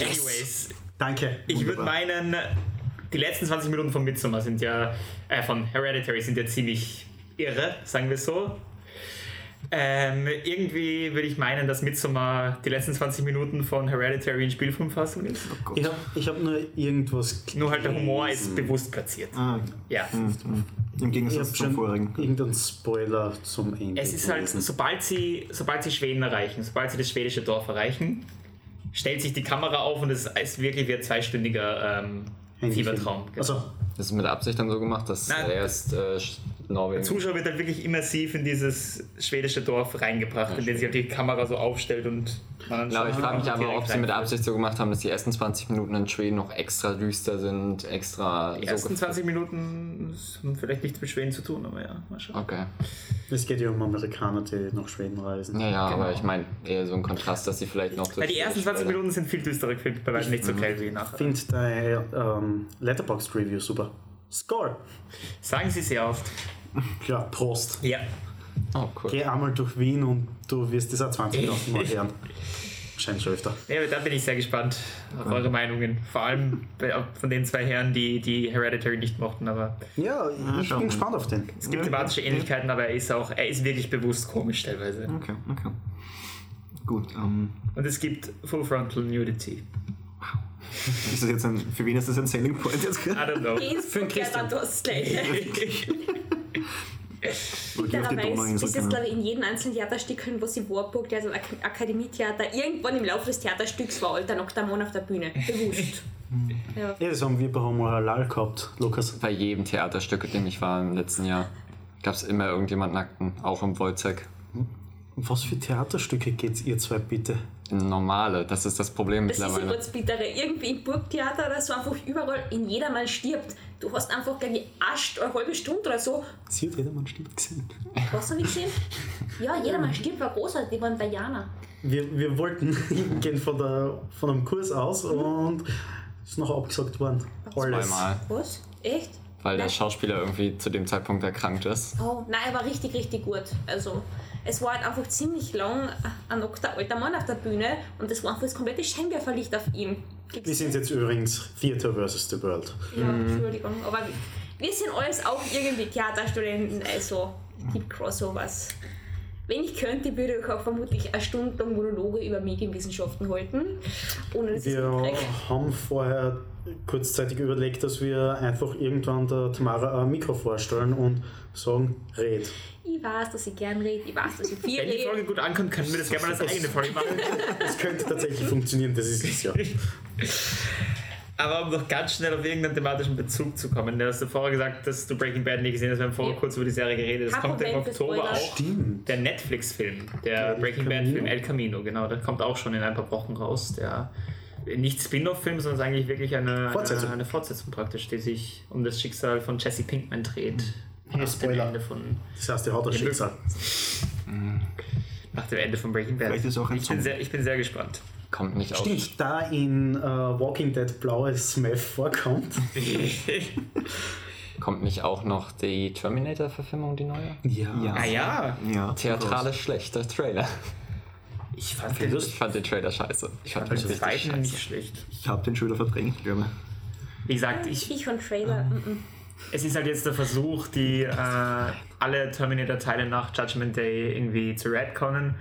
Speaker 1: Anyways,
Speaker 2: Danke.
Speaker 1: ich würde meinen, die letzten 20 Minuten von Midsommar sind ja, äh, von Hereditary sind ja ziemlich irre, sagen wir so. Ähm, irgendwie würde ich meinen, dass Midsommar die letzten 20 Minuten von Hereditary in Spielfilmfassung ist.
Speaker 4: Oh
Speaker 2: Ich habe ich hab nur irgendwas. g-
Speaker 1: Nur halt der Humor ist bewusst platziert.
Speaker 4: Ah,
Speaker 1: Ja.
Speaker 4: Im
Speaker 2: Ich
Speaker 4: Gegensatz
Speaker 2: habe
Speaker 4: zum
Speaker 2: schon
Speaker 4: vorigen.
Speaker 2: irgendeinen Spoiler zum Ende.
Speaker 1: Es ist halt,
Speaker 2: gelesen.
Speaker 1: sobald sie, sobald sie Schweden erreichen, sobald sie das schwedische Dorf erreichen, stellt sich die Kamera auf und es ist wirklich wie ein zweistündiger ähm, Fiebertraum. Genau.
Speaker 2: Also,
Speaker 6: Das ist mit Absicht dann so gemacht, dass
Speaker 1: Nein,
Speaker 6: er erst äh, Sch- Norwegen.
Speaker 1: Der Zuschauer wird halt wirklich immersiv in dieses schwedische Dorf reingebracht, in dem sich halt die Kamera so aufstellt und man dann
Speaker 6: Genau, ich
Speaker 1: schon
Speaker 6: frage mich aber,
Speaker 1: direkt
Speaker 6: ob sie mit
Speaker 1: reinfällt.
Speaker 6: Absicht so gemacht haben, dass die ersten 20 Minuten in Schweden noch extra düster sind, extra
Speaker 1: Die
Speaker 6: so
Speaker 1: ersten
Speaker 6: gef-
Speaker 1: 20 Minuten haben vielleicht nichts mit Schweden zu tun, aber ja, mal schauen.
Speaker 6: Okay.
Speaker 2: es geht ja um Amerikaner, die nach Schweden reisen.
Speaker 6: Ja, ja, aber
Speaker 1: Genau.
Speaker 6: ich meine eher so ein Kontrast, dass sie vielleicht noch so.
Speaker 1: Weil die ersten 20
Speaker 6: später-
Speaker 1: Minuten sind viel düsterer gefilmt, bei weitem nicht
Speaker 6: Mhm.
Speaker 1: so geil wie nachher.
Speaker 2: Finde dein ähm, Letterboxd-Review super. Score!
Speaker 1: Sagen Sie sehr oft.
Speaker 2: Ja, Prost.
Speaker 1: Ja.
Speaker 6: Oh, cool.
Speaker 2: Geh einmal durch Wien und du wirst das auch 20.000 Mal hören. Wahrscheinlich schon öfter.
Speaker 1: Ja, aber da bin ich sehr gespannt auf eure Meinungen. Vor allem bei- von den zwei Herren, die, die Hereditary nicht mochten, aber
Speaker 2: Ja, ich bin
Speaker 4: schauen wir.
Speaker 2: gespannt auf den.
Speaker 1: es gibt thematische Ähnlichkeiten, aber er ist auch, er ist wirklich bewusst komisch teilweise.
Speaker 4: Okay, okay. Gut, ähm,
Speaker 1: Und es gibt Full Frontal Nudity.
Speaker 4: ist das jetzt ein, für wen ist das ein Selling Point jetzt
Speaker 1: I
Speaker 4: gerade?
Speaker 1: don't know.
Speaker 2: Für den
Speaker 3: Ja,
Speaker 2: Christian.
Speaker 3: dann das gleiche.
Speaker 4: Oder geh auf die
Speaker 3: Dabei ist,
Speaker 4: Donauinsel,
Speaker 3: ist das,
Speaker 4: keine Ahnung.
Speaker 3: glaube ich, in jedem einzelnen Theaterstück, wo sie Warburg, also Ak Akademietheater, irgendwann im Laufe des Theaterstücks war Alter Noctamon auf der Bühne. Bewusst.
Speaker 2: Ja, das haben wir bei Homo Halal gehabt, Lukas.
Speaker 6: Bei jedem Theaterstück, in dem ich war im letzten Jahr, gab es immer irgendjemand Nackten, auch im Wojzeck.
Speaker 2: Um Was für Theaterstücke geht's ihr zwei bitte?
Speaker 6: Normale, das ist das Problem
Speaker 3: Das ist
Speaker 6: mittlerweile.
Speaker 3: das Bittere. Irgendwie im Burgtheater oder so, einfach überall, in jedermann stirbt. Du hast einfach gleich geascht, eine halbe Stunde oder so.
Speaker 2: Sie hat jedermann stimmt gesehen.
Speaker 3: Hast du nicht gesehen? Ja, jedermann stirbt, war großartig, die waren Diana.
Speaker 2: Wir, wir wollten gehen von, der, von einem Kurs aus und ist noch abgesagt worden. Alles.
Speaker 6: Zweimal,
Speaker 3: Was? Echt?
Speaker 6: weil der Schauspieler irgendwie zu dem Zeitpunkt erkrankt ist.
Speaker 3: Oh, nein, er war richtig, richtig gut. Also, es war halt einfach ziemlich lang äh, ein nackter alter Mann auf der Bühne und das war einfach das komplette Scheinwerferlicht auf ihm.
Speaker 2: Wir sind jetzt übrigens Theater versus the World.
Speaker 3: Ja, Entschuldigung, aber wir sind alles auch irgendwie Theaterstudenten, also es gibt Crossovers. Wenn ich könnte, würde ich auch vermutlich eine Stunde lang Monologe über Medienwissenschaften halten. Ohne dass ich es
Speaker 2: Wir
Speaker 3: mitkriege.
Speaker 2: haben vorher kurzzeitig überlegt, dass wir einfach irgendwann der Tamara ein Mikro vorstellen und sagen, red.
Speaker 3: Ich weiß, dass ich gern rede, ich weiß, dass ich viel
Speaker 1: Wenn die
Speaker 3: rede.
Speaker 1: Folge gut ankommt, können wir das gerne mal als eigene Folge machen.
Speaker 2: Das könnte tatsächlich funktionieren, das ist es ja.
Speaker 1: Aber um noch ganz schnell auf irgendeinen thematischen Bezug zu kommen, du hast ja vorher gesagt, dass du Breaking Bad nicht gesehen hast, wir haben vorher
Speaker 3: Ja.
Speaker 1: kurz über die Serie geredet. Es
Speaker 3: Kein
Speaker 1: kommt im
Speaker 3: Problem, das
Speaker 1: Oktober
Speaker 3: Spoiler.
Speaker 1: auch
Speaker 2: Stimmt.
Speaker 1: der Netflix-Film, der
Speaker 2: El
Speaker 1: Breaking Bad-Film
Speaker 2: Camino?
Speaker 1: El Camino, genau, der kommt auch schon in ein paar Wochen raus. Der nicht Spin-off-Film, sondern ist eigentlich wirklich eine
Speaker 2: Fortsetzung.
Speaker 1: Eine, eine Fortsetzung praktisch, die sich um das Schicksal von Jesse Pinkman dreht. Nach dem
Speaker 2: Spoiler.
Speaker 1: Ende von
Speaker 2: Das heißt, er hat ein Schicksal.
Speaker 1: nach dem Ende von Breaking Bad.
Speaker 4: Vielleicht ist auch ein
Speaker 1: ich, bin
Speaker 4: Zombie.
Speaker 1: sehr, ich bin sehr gespannt.
Speaker 6: Kommt nicht aus.
Speaker 2: Stimmt, da in äh, Walking Dead blaues Meth vorkommt.
Speaker 6: Kommt nicht auch noch die Terminator-Verfilmung, die neue?
Speaker 1: ah ja,
Speaker 4: Ja.
Speaker 6: Theatralisch schlechter Trailer.
Speaker 1: ich fand den
Speaker 6: Ich fand den Trailer scheiße. Ich fand den
Speaker 1: also
Speaker 6: richtig scheiße.
Speaker 1: zweiten nicht schlecht.
Speaker 4: Ich habe den Schüler verdrängt, glaube ich.
Speaker 1: Wie gesagt, ich,
Speaker 3: Ich und Trailer. mhm.
Speaker 1: es ist halt jetzt der Versuch, die äh, alle Terminator-Teile nach Judgment Day irgendwie zu retconnen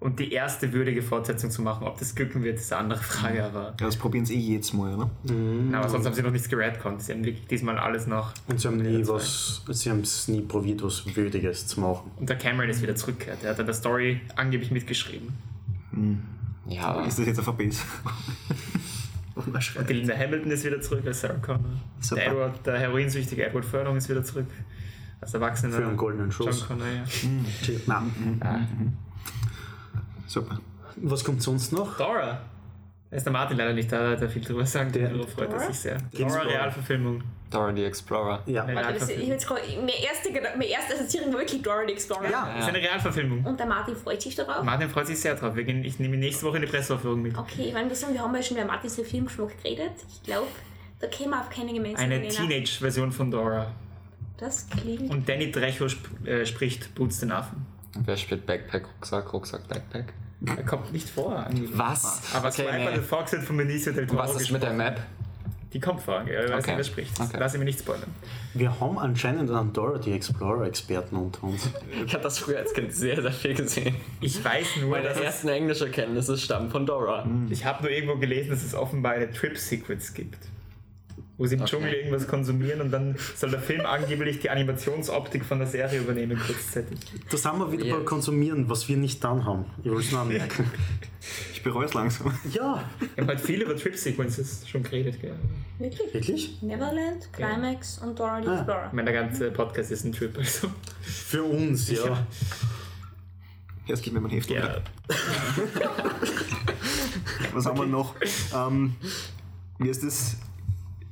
Speaker 1: und die erste würdige Fortsetzung zu machen. Ob das glücken wird, ist eine andere Frage, aber
Speaker 4: Ja, das probieren sie eh jedes Mal, oder?
Speaker 1: na, aber sonst haben sie noch nichts geretconnt. Sie haben wirklich diesmal alles noch.
Speaker 2: Und sie haben nie was, sie haben es nie probiert, was Würdiges zu machen.
Speaker 1: Und der Cameron ist wieder zurückgekehrt. Er hat an der Story angeblich mitgeschrieben.
Speaker 6: Ja,
Speaker 1: Ah.
Speaker 6: aber
Speaker 4: Ist das jetzt ein Verbes?
Speaker 1: Oh, Und die Linda Hamilton ist wieder zurück als Sarah Connor.
Speaker 4: Super.
Speaker 1: Der, Edward, der heroinsüchtige Edward Furlong ist wieder zurück. Als Erwachsener.
Speaker 2: Für einen goldenen
Speaker 1: John
Speaker 2: Schuss.
Speaker 1: Connor, ja.
Speaker 2: Nein.
Speaker 1: Mhm.
Speaker 4: Super.
Speaker 2: Was kommt sonst noch?
Speaker 1: Dora. Da ist der Martin leider nicht da, da hat er viel drüber sagen
Speaker 2: Der-
Speaker 1: können. Darüber freut er sich sehr. Dora,
Speaker 2: Ginsburg.
Speaker 1: Realverfilmung.
Speaker 6: Dora the Explorer.
Speaker 2: Ja.
Speaker 1: Eine
Speaker 3: Das ist- Ich hab
Speaker 1: Realverfilmung.
Speaker 3: jetzt gerade, meine erste, Gedan- meine erste Assoziierung war wirklich Dora the Explorer.
Speaker 6: Ah.
Speaker 1: Das ist eine Realverfilmung.
Speaker 3: Und der Martin freut sich darauf.
Speaker 1: Martin freut sich sehr drauf. Wir gehen, ich nehme ihn nächste Woche in die Presseaufführung mit.
Speaker 3: Okay, ich meine, wir sagen, wir haben ja schon über Martins Filmgeschmack geredet. Ich glaube, da kämen wir auf keine gemeinsame
Speaker 1: Eine
Speaker 3: Nenner.
Speaker 1: Teenage-Version von Dora.
Speaker 3: Das klingt.
Speaker 1: Und Danny Trejo sp äh, spricht Boots den Affen.
Speaker 6: Und wer spielt Backpack, Rucksack, Rucksack, Backpack?
Speaker 1: Er kommt nicht vor.
Speaker 6: Was?
Speaker 1: Aber
Speaker 6: okay,
Speaker 1: Swiper
Speaker 6: nee.
Speaker 1: the Fox hat von Benicio del Toro
Speaker 6: Was ist mit der
Speaker 1: gesprochen.
Speaker 6: Map?
Speaker 1: Die kommt vor. Ich weiß
Speaker 6: Okay.
Speaker 1: nicht, wer spricht.
Speaker 6: Okay.
Speaker 1: Lass ihn mir nicht spoilern.
Speaker 2: Wir haben anscheinend einen Dora die Explorer-Experten unter uns.
Speaker 6: Ich habe das früher als Kind sehr, sehr viel gesehen.
Speaker 1: Ich weiß nur, dass es,
Speaker 6: englische Kenntnisse stammen von Dora.
Speaker 1: ich habe nur irgendwo gelesen, dass es offenbar eine Trip-Sequence gibt. wo sie im
Speaker 6: Okay.
Speaker 1: Dschungel irgendwas konsumieren und dann soll der Film angeblich die Animationsoptik von der Serie übernehmen, kurzzeitig.
Speaker 2: Da sind wir wieder
Speaker 6: Weird.
Speaker 2: bei Konsumieren, was wir nicht dann haben. Ich wollte es nur anmerken.
Speaker 4: Ich bereue es langsam.
Speaker 2: ja,
Speaker 1: Wir haben halt viel über Trip-Sequences schon geredet. Gell?
Speaker 3: Wirklich?
Speaker 2: wirklich?
Speaker 3: Neverland, Climax und Dora the
Speaker 2: Ah.
Speaker 3: Explorer.
Speaker 1: Ich meine, der ganze Podcast ist ein Trip, also.
Speaker 2: Für uns, ja.
Speaker 1: Ja.
Speaker 4: Jetzt gib mir mein Heft.
Speaker 1: Ja.
Speaker 4: Was haben wir noch? Ähm, wie ist das?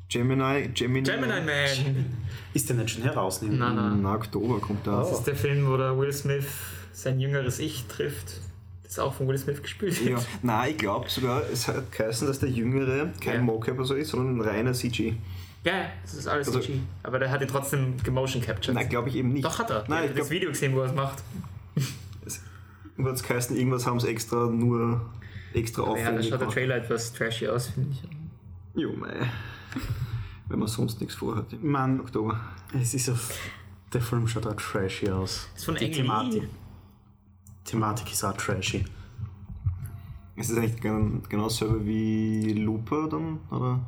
Speaker 4: Gemini? Gemini?
Speaker 1: Gemini Man!
Speaker 2: Ist der nicht schon herausnehmen?
Speaker 1: Nein, nein.
Speaker 4: Na, Oktober kommt da.
Speaker 1: Das ist der Film, wo der Will Smith sein jüngeres Ich trifft. Das ist auch von Will Smith gespielt.
Speaker 4: Ja. Nein, ich glaube sogar, es hat geheißen, dass der Jüngere kein
Speaker 1: Ja.
Speaker 4: Mocap oder so ist, sondern ein reiner CG.
Speaker 1: Ja, das ist alles
Speaker 4: Also-
Speaker 1: CG. Aber der hat ihn trotzdem gemotion captured.
Speaker 4: Nein, glaube ich eben nicht.
Speaker 1: Doch hat er.
Speaker 4: Nein,
Speaker 1: Nein,
Speaker 4: ich
Speaker 1: ich das
Speaker 4: glaub-
Speaker 1: Video gesehen, wo er es macht.
Speaker 4: Wird es geheißen, irgendwas haben sie extra nur extra
Speaker 1: Ja, da
Speaker 4: aufwendig
Speaker 1: schaut der
Speaker 4: gemacht.
Speaker 1: Trailer etwas trashy aus, finde ich.
Speaker 4: Jo, mei. Wenn man sonst nichts vorhat im
Speaker 2: Man,
Speaker 4: Oktober.
Speaker 2: es ist auf. Der Film schaut auch trashy aus.
Speaker 1: Das ist von
Speaker 2: Die Thematik. Thematik ist auch trashy.
Speaker 4: Ist das eigentlich gen- genau dasselbe wie Looper dann? Oder?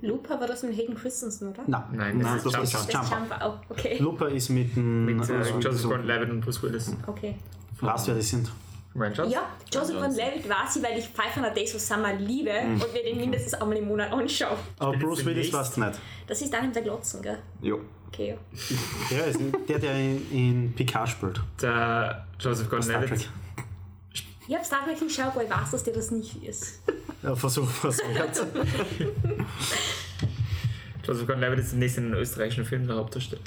Speaker 3: Looper war das mit Hayden Christensen, oder?
Speaker 2: Nein,
Speaker 1: Nein, das ist
Speaker 2: das
Speaker 1: Jumper.
Speaker 2: ist
Speaker 3: Das
Speaker 2: Jumper.
Speaker 3: Jumper auch. Okay.
Speaker 2: Looper ist mit dem.
Speaker 1: Mit äh,
Speaker 2: also,
Speaker 1: Joseph Gordon-Levitt und Bruce Willis.
Speaker 3: Okay.
Speaker 2: was wir das sind.
Speaker 1: Ryan Johnson?
Speaker 3: Ja, Joseph von Levitt war sie, weil ich 500 Days of Summer liebe und wir den mindestens einmal im Monat anschauen.
Speaker 2: Aber
Speaker 1: bin jetzt
Speaker 2: Bruce Willis
Speaker 1: demnächst-
Speaker 2: war es nicht.
Speaker 3: Das ist einer der Glotzen, gell?
Speaker 4: Jo.
Speaker 3: Okay. ja.
Speaker 2: Ja, ist der, der in, in Picard spielt.
Speaker 1: Der Joseph
Speaker 2: Star
Speaker 1: Gordon-Levitt.
Speaker 2: Trek.
Speaker 3: Ich hab Star Trek geschaut, weil ich weiß, dass dir das nicht ist.
Speaker 2: Ja, Versuch, versuch.
Speaker 1: Joseph Gordon-Levitt ist demnächst in einem österreichischen Film der Hauptdarsteller.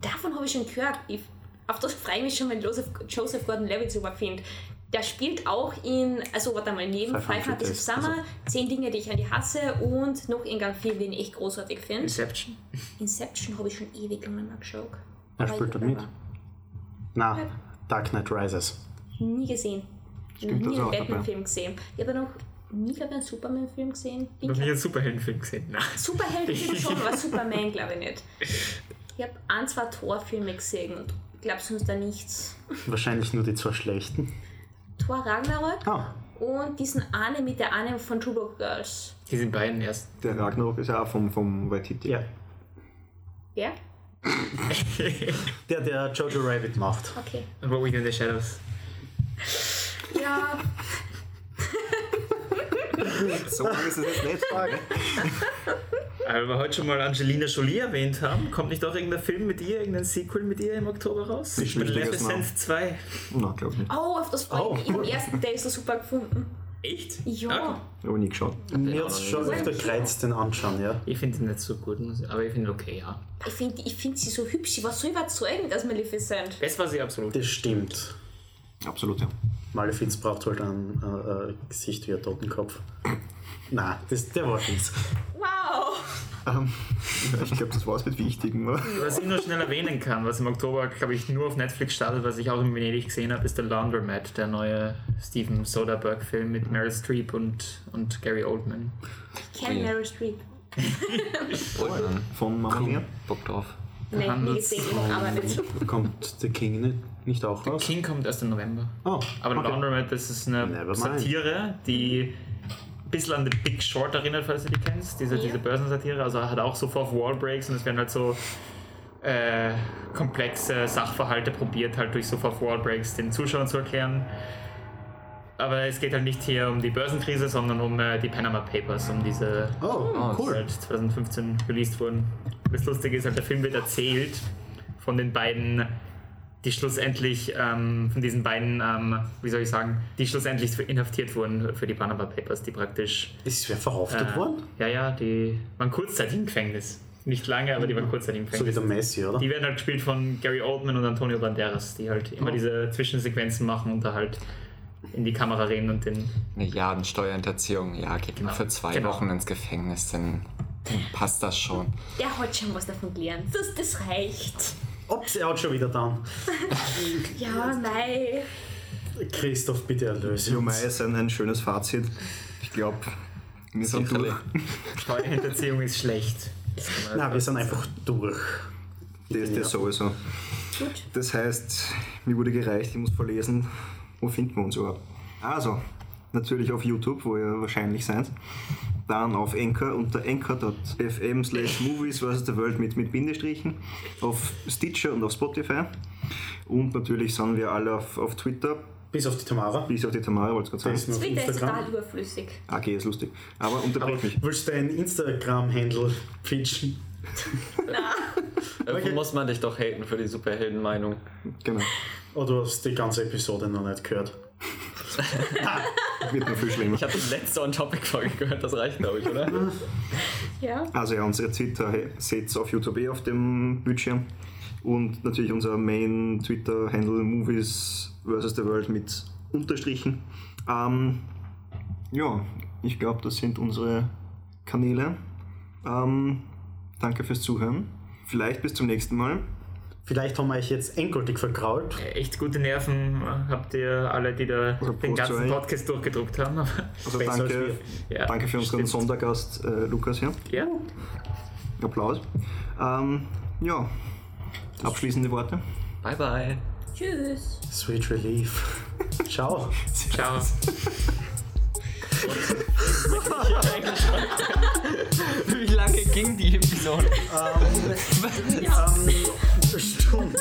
Speaker 3: Davon habe ich schon gehört. Ich, auf das freue ich mich schon, wenn Joseph, Joseph Gordon-Levitt super findet. Der spielt auch in, also warte mal, neben
Speaker 2: 500
Speaker 3: 500 Days of
Speaker 2: Days, also
Speaker 3: Summer, 10 Dinge, die ich an die hasse und noch irgendein Film, den ich echt großartig finde.
Speaker 1: Inception.
Speaker 3: Inception habe ich schon ewig lange nicht mehr geschaut.
Speaker 2: Er
Speaker 3: Aber
Speaker 2: spielt
Speaker 3: ich-
Speaker 2: dort mit. Na, Dark Knight Rises.
Speaker 3: Nie gesehen. Ich habe
Speaker 4: Stimmt,
Speaker 3: noch nie
Speaker 4: das ist
Speaker 3: einen
Speaker 4: auch dabei.
Speaker 3: Batman-Film gesehen. Ich habe noch nie, glaube ich, einen Superman-Film gesehen.
Speaker 1: Ich habe nie einen Superheldenfilm gesehen. Nein.
Speaker 3: Superheldenfilm schon, aber Superman, glaube ich nicht. Ich habe ein, zwei Thor-Filme gesehen und glaube sonst da nichts.
Speaker 2: Wahrscheinlich nur die zwei schlechten.
Speaker 3: Thor Ragnarok
Speaker 2: Ah,
Speaker 3: und diesen Anne mit der Anne von Tubo Girls.
Speaker 1: Die sind beiden erst.
Speaker 4: Der Ragnarok ist ja auch vom, vom White Hit.
Speaker 2: ja.
Speaker 3: Ja?
Speaker 2: Der, der Jojo Rabbit macht.
Speaker 3: Okay.
Speaker 1: Und What We Do in the Shadows.
Speaker 3: Ja,
Speaker 4: So lange ist es jetzt nicht.
Speaker 1: Aber wir heute schon mal Angelina Jolie erwähnt haben, kommt nicht auch irgendein Film mit ihr, irgendein Sequel mit ihr im Oktober raus?
Speaker 4: Ich will nicht wissen,
Speaker 1: Maleficent 2.
Speaker 4: Nein, glaube ich nicht.
Speaker 3: oh, auf das
Speaker 2: Oh.
Speaker 3: freue ich mich. Im ersten Teil ist er super gefunden.
Speaker 1: Echt?
Speaker 3: Ja.
Speaker 1: Okay.
Speaker 4: Ich habe nie geschaut.
Speaker 2: Mir hat schon auf der Kreuz den anschauen, ja.
Speaker 1: Ich finde ihn nicht so gut, muss ich- aber ich finde ihn okay, ja.
Speaker 3: Ich finde ich find sie so hübsch. Sie war so überzeugend als Maleficent.
Speaker 1: Das war sie absolut.
Speaker 2: Das stimmt.
Speaker 4: Absolut, ja.
Speaker 2: Malefiz braucht halt ein äh, äh, Gesicht wie ein Totenkopf. Na, das, der war fix.
Speaker 3: Wow!
Speaker 4: Ähm, ja, ich glaube, das war's mit Wichtigen, oder?
Speaker 1: Was ich nur schnell erwähnen kann, was im Oktober, glaube ich, nur auf Netflix startet, was ich auch in Venedig gesehen habe, ist The Laundromat, der neue Steven Soderbergh-Film mit Meryl Streep und, und Gary Oldman.
Speaker 3: Ken
Speaker 6: Ja.
Speaker 3: Meryl Streep.
Speaker 6: Oldman.
Speaker 4: Von Mama Mia.
Speaker 6: Bock drauf.
Speaker 3: Nee, nie
Speaker 1: Handels-
Speaker 3: gesehen, aber nicht.
Speaker 2: Kommt The King nicht, nicht auch raus?
Speaker 1: King kommt erst im November.
Speaker 2: Oh,
Speaker 1: Aber
Speaker 2: okay.
Speaker 1: Laundromat, das ist eine
Speaker 2: Nevermind.
Speaker 1: Satire, die ein bisschen an The Big Short erinnert, falls du die kennst, diese,
Speaker 3: Ja.
Speaker 1: diese Börsensatire. Also hat auch so Fourth Wall Breaks und es werden halt so äh, komplexe Sachverhalte probiert, halt durch so Fourth Wall Breaks den Zuschauern zu erklären. Aber es geht halt nicht hier um die Börsenkrise, sondern um äh, die Panama Papers, um diese
Speaker 2: Oh,
Speaker 1: die
Speaker 2: cool.
Speaker 1: halt 2015 released wurden. Das Lustige ist halt, der Film wird erzählt von den beiden, die schlussendlich, ähm, von diesen beiden, ähm, wie soll ich sagen, die schlussendlich für- inhaftiert wurden für die Panama Papers, die praktisch.
Speaker 2: Ist wer verhaftet
Speaker 1: äh,
Speaker 2: worden?
Speaker 1: Ja, ja, die waren kurzzeitig im Gefängnis. Nicht lange, aber die waren kurzzeitig im
Speaker 2: So wie
Speaker 1: Gefängnis.
Speaker 2: der Messi, oder?
Speaker 1: Die werden halt gespielt von Gary Oldman und Antonio Banderas, die halt immer
Speaker 2: Oh.
Speaker 1: diese Zwischensequenzen machen und da halt in die Kamera reden und den
Speaker 6: Milliardensteuerhinterziehung, ja, geht nur für zwei
Speaker 1: Genau.
Speaker 6: Wochen ins Gefängnis, dann, dann passt das schon.
Speaker 3: Der hat schon was davon gelernt. Das, das reicht.
Speaker 2: Ups, er hat schon wieder dann.
Speaker 3: Ja, nein.
Speaker 2: Christoph, bitte erlöse
Speaker 4: Jo, mei,
Speaker 2: uns.
Speaker 4: ist ein, ein schönes Fazit. Ich glaube, wir sind durch.
Speaker 1: Steuerhinterziehung ist schlecht. Das kann man
Speaker 2: Na, wir sind einfach durch.
Speaker 4: Das ist das sowieso.
Speaker 3: Gut.
Speaker 4: Das heißt, mir wurde gereicht, ich muss verlesen, wo finden wir uns überhaupt. Also, natürlich auf YouTube, wo ihr wahrscheinlich seid. dann auf Anchor unter anchor.fm slash movies versus the world mit, mit Bindestrichen, auf Stitcher und auf Spotify. Und natürlich sind wir alle auf, auf Twitter,
Speaker 2: Bis auf die Tamara.
Speaker 4: bis auf die Tamara, wollte ich gerade
Speaker 2: Das
Speaker 4: sagen.
Speaker 2: ist auf
Speaker 5: Twitter ist total
Speaker 2: Instagram.
Speaker 5: überflüssig.
Speaker 4: Ah, Okay, ist lustig. Aber
Speaker 2: Aber
Speaker 4: unterbrich mich.
Speaker 2: willst du deinen Instagram-Handle pitchen?
Speaker 6: Irgendwo muss man dich doch haten für die Superheldenmeinung.
Speaker 4: Genau.
Speaker 2: Oder hast du die ganze Episode noch nicht gehört?
Speaker 4: Wird noch viel schlimmer.
Speaker 6: Ich habe das letzte On-Topic-Folge gehört, das reicht, glaube ich, oder?
Speaker 5: Ja.
Speaker 4: Also ja, unsere Twitter seht auf YouTube eh auf dem Bildschirm. Und natürlich unser Main Twitter-Handle Movies vs. the World mit Unterstrichen. Ähm, ja, ich glaube, das sind unsere Kanäle. Ähm, danke fürs Zuhören. Vielleicht bis zum nächsten Mal.
Speaker 2: Vielleicht haben wir euch jetzt endgültig verkrault.
Speaker 1: Echt gute Nerven habt ihr alle, die da
Speaker 4: Oder
Speaker 1: den ganzen
Speaker 4: Prost, ey.
Speaker 1: Podcast durchgedruckt haben. Aber
Speaker 4: Also
Speaker 2: Besser als
Speaker 4: danke,
Speaker 1: Ja,
Speaker 4: danke für unseren
Speaker 1: stimmt.
Speaker 4: Sondergast äh, Lukas hier.
Speaker 1: ja,
Speaker 4: Applaus. Ähm, ja, abschließende Worte.
Speaker 6: Bye, bye.
Speaker 5: Tschüss.
Speaker 2: Sweet Relief. Ciao.
Speaker 1: ciao.
Speaker 6: Wie lange ging die Episode?
Speaker 2: Ähm, ähm, Stunde.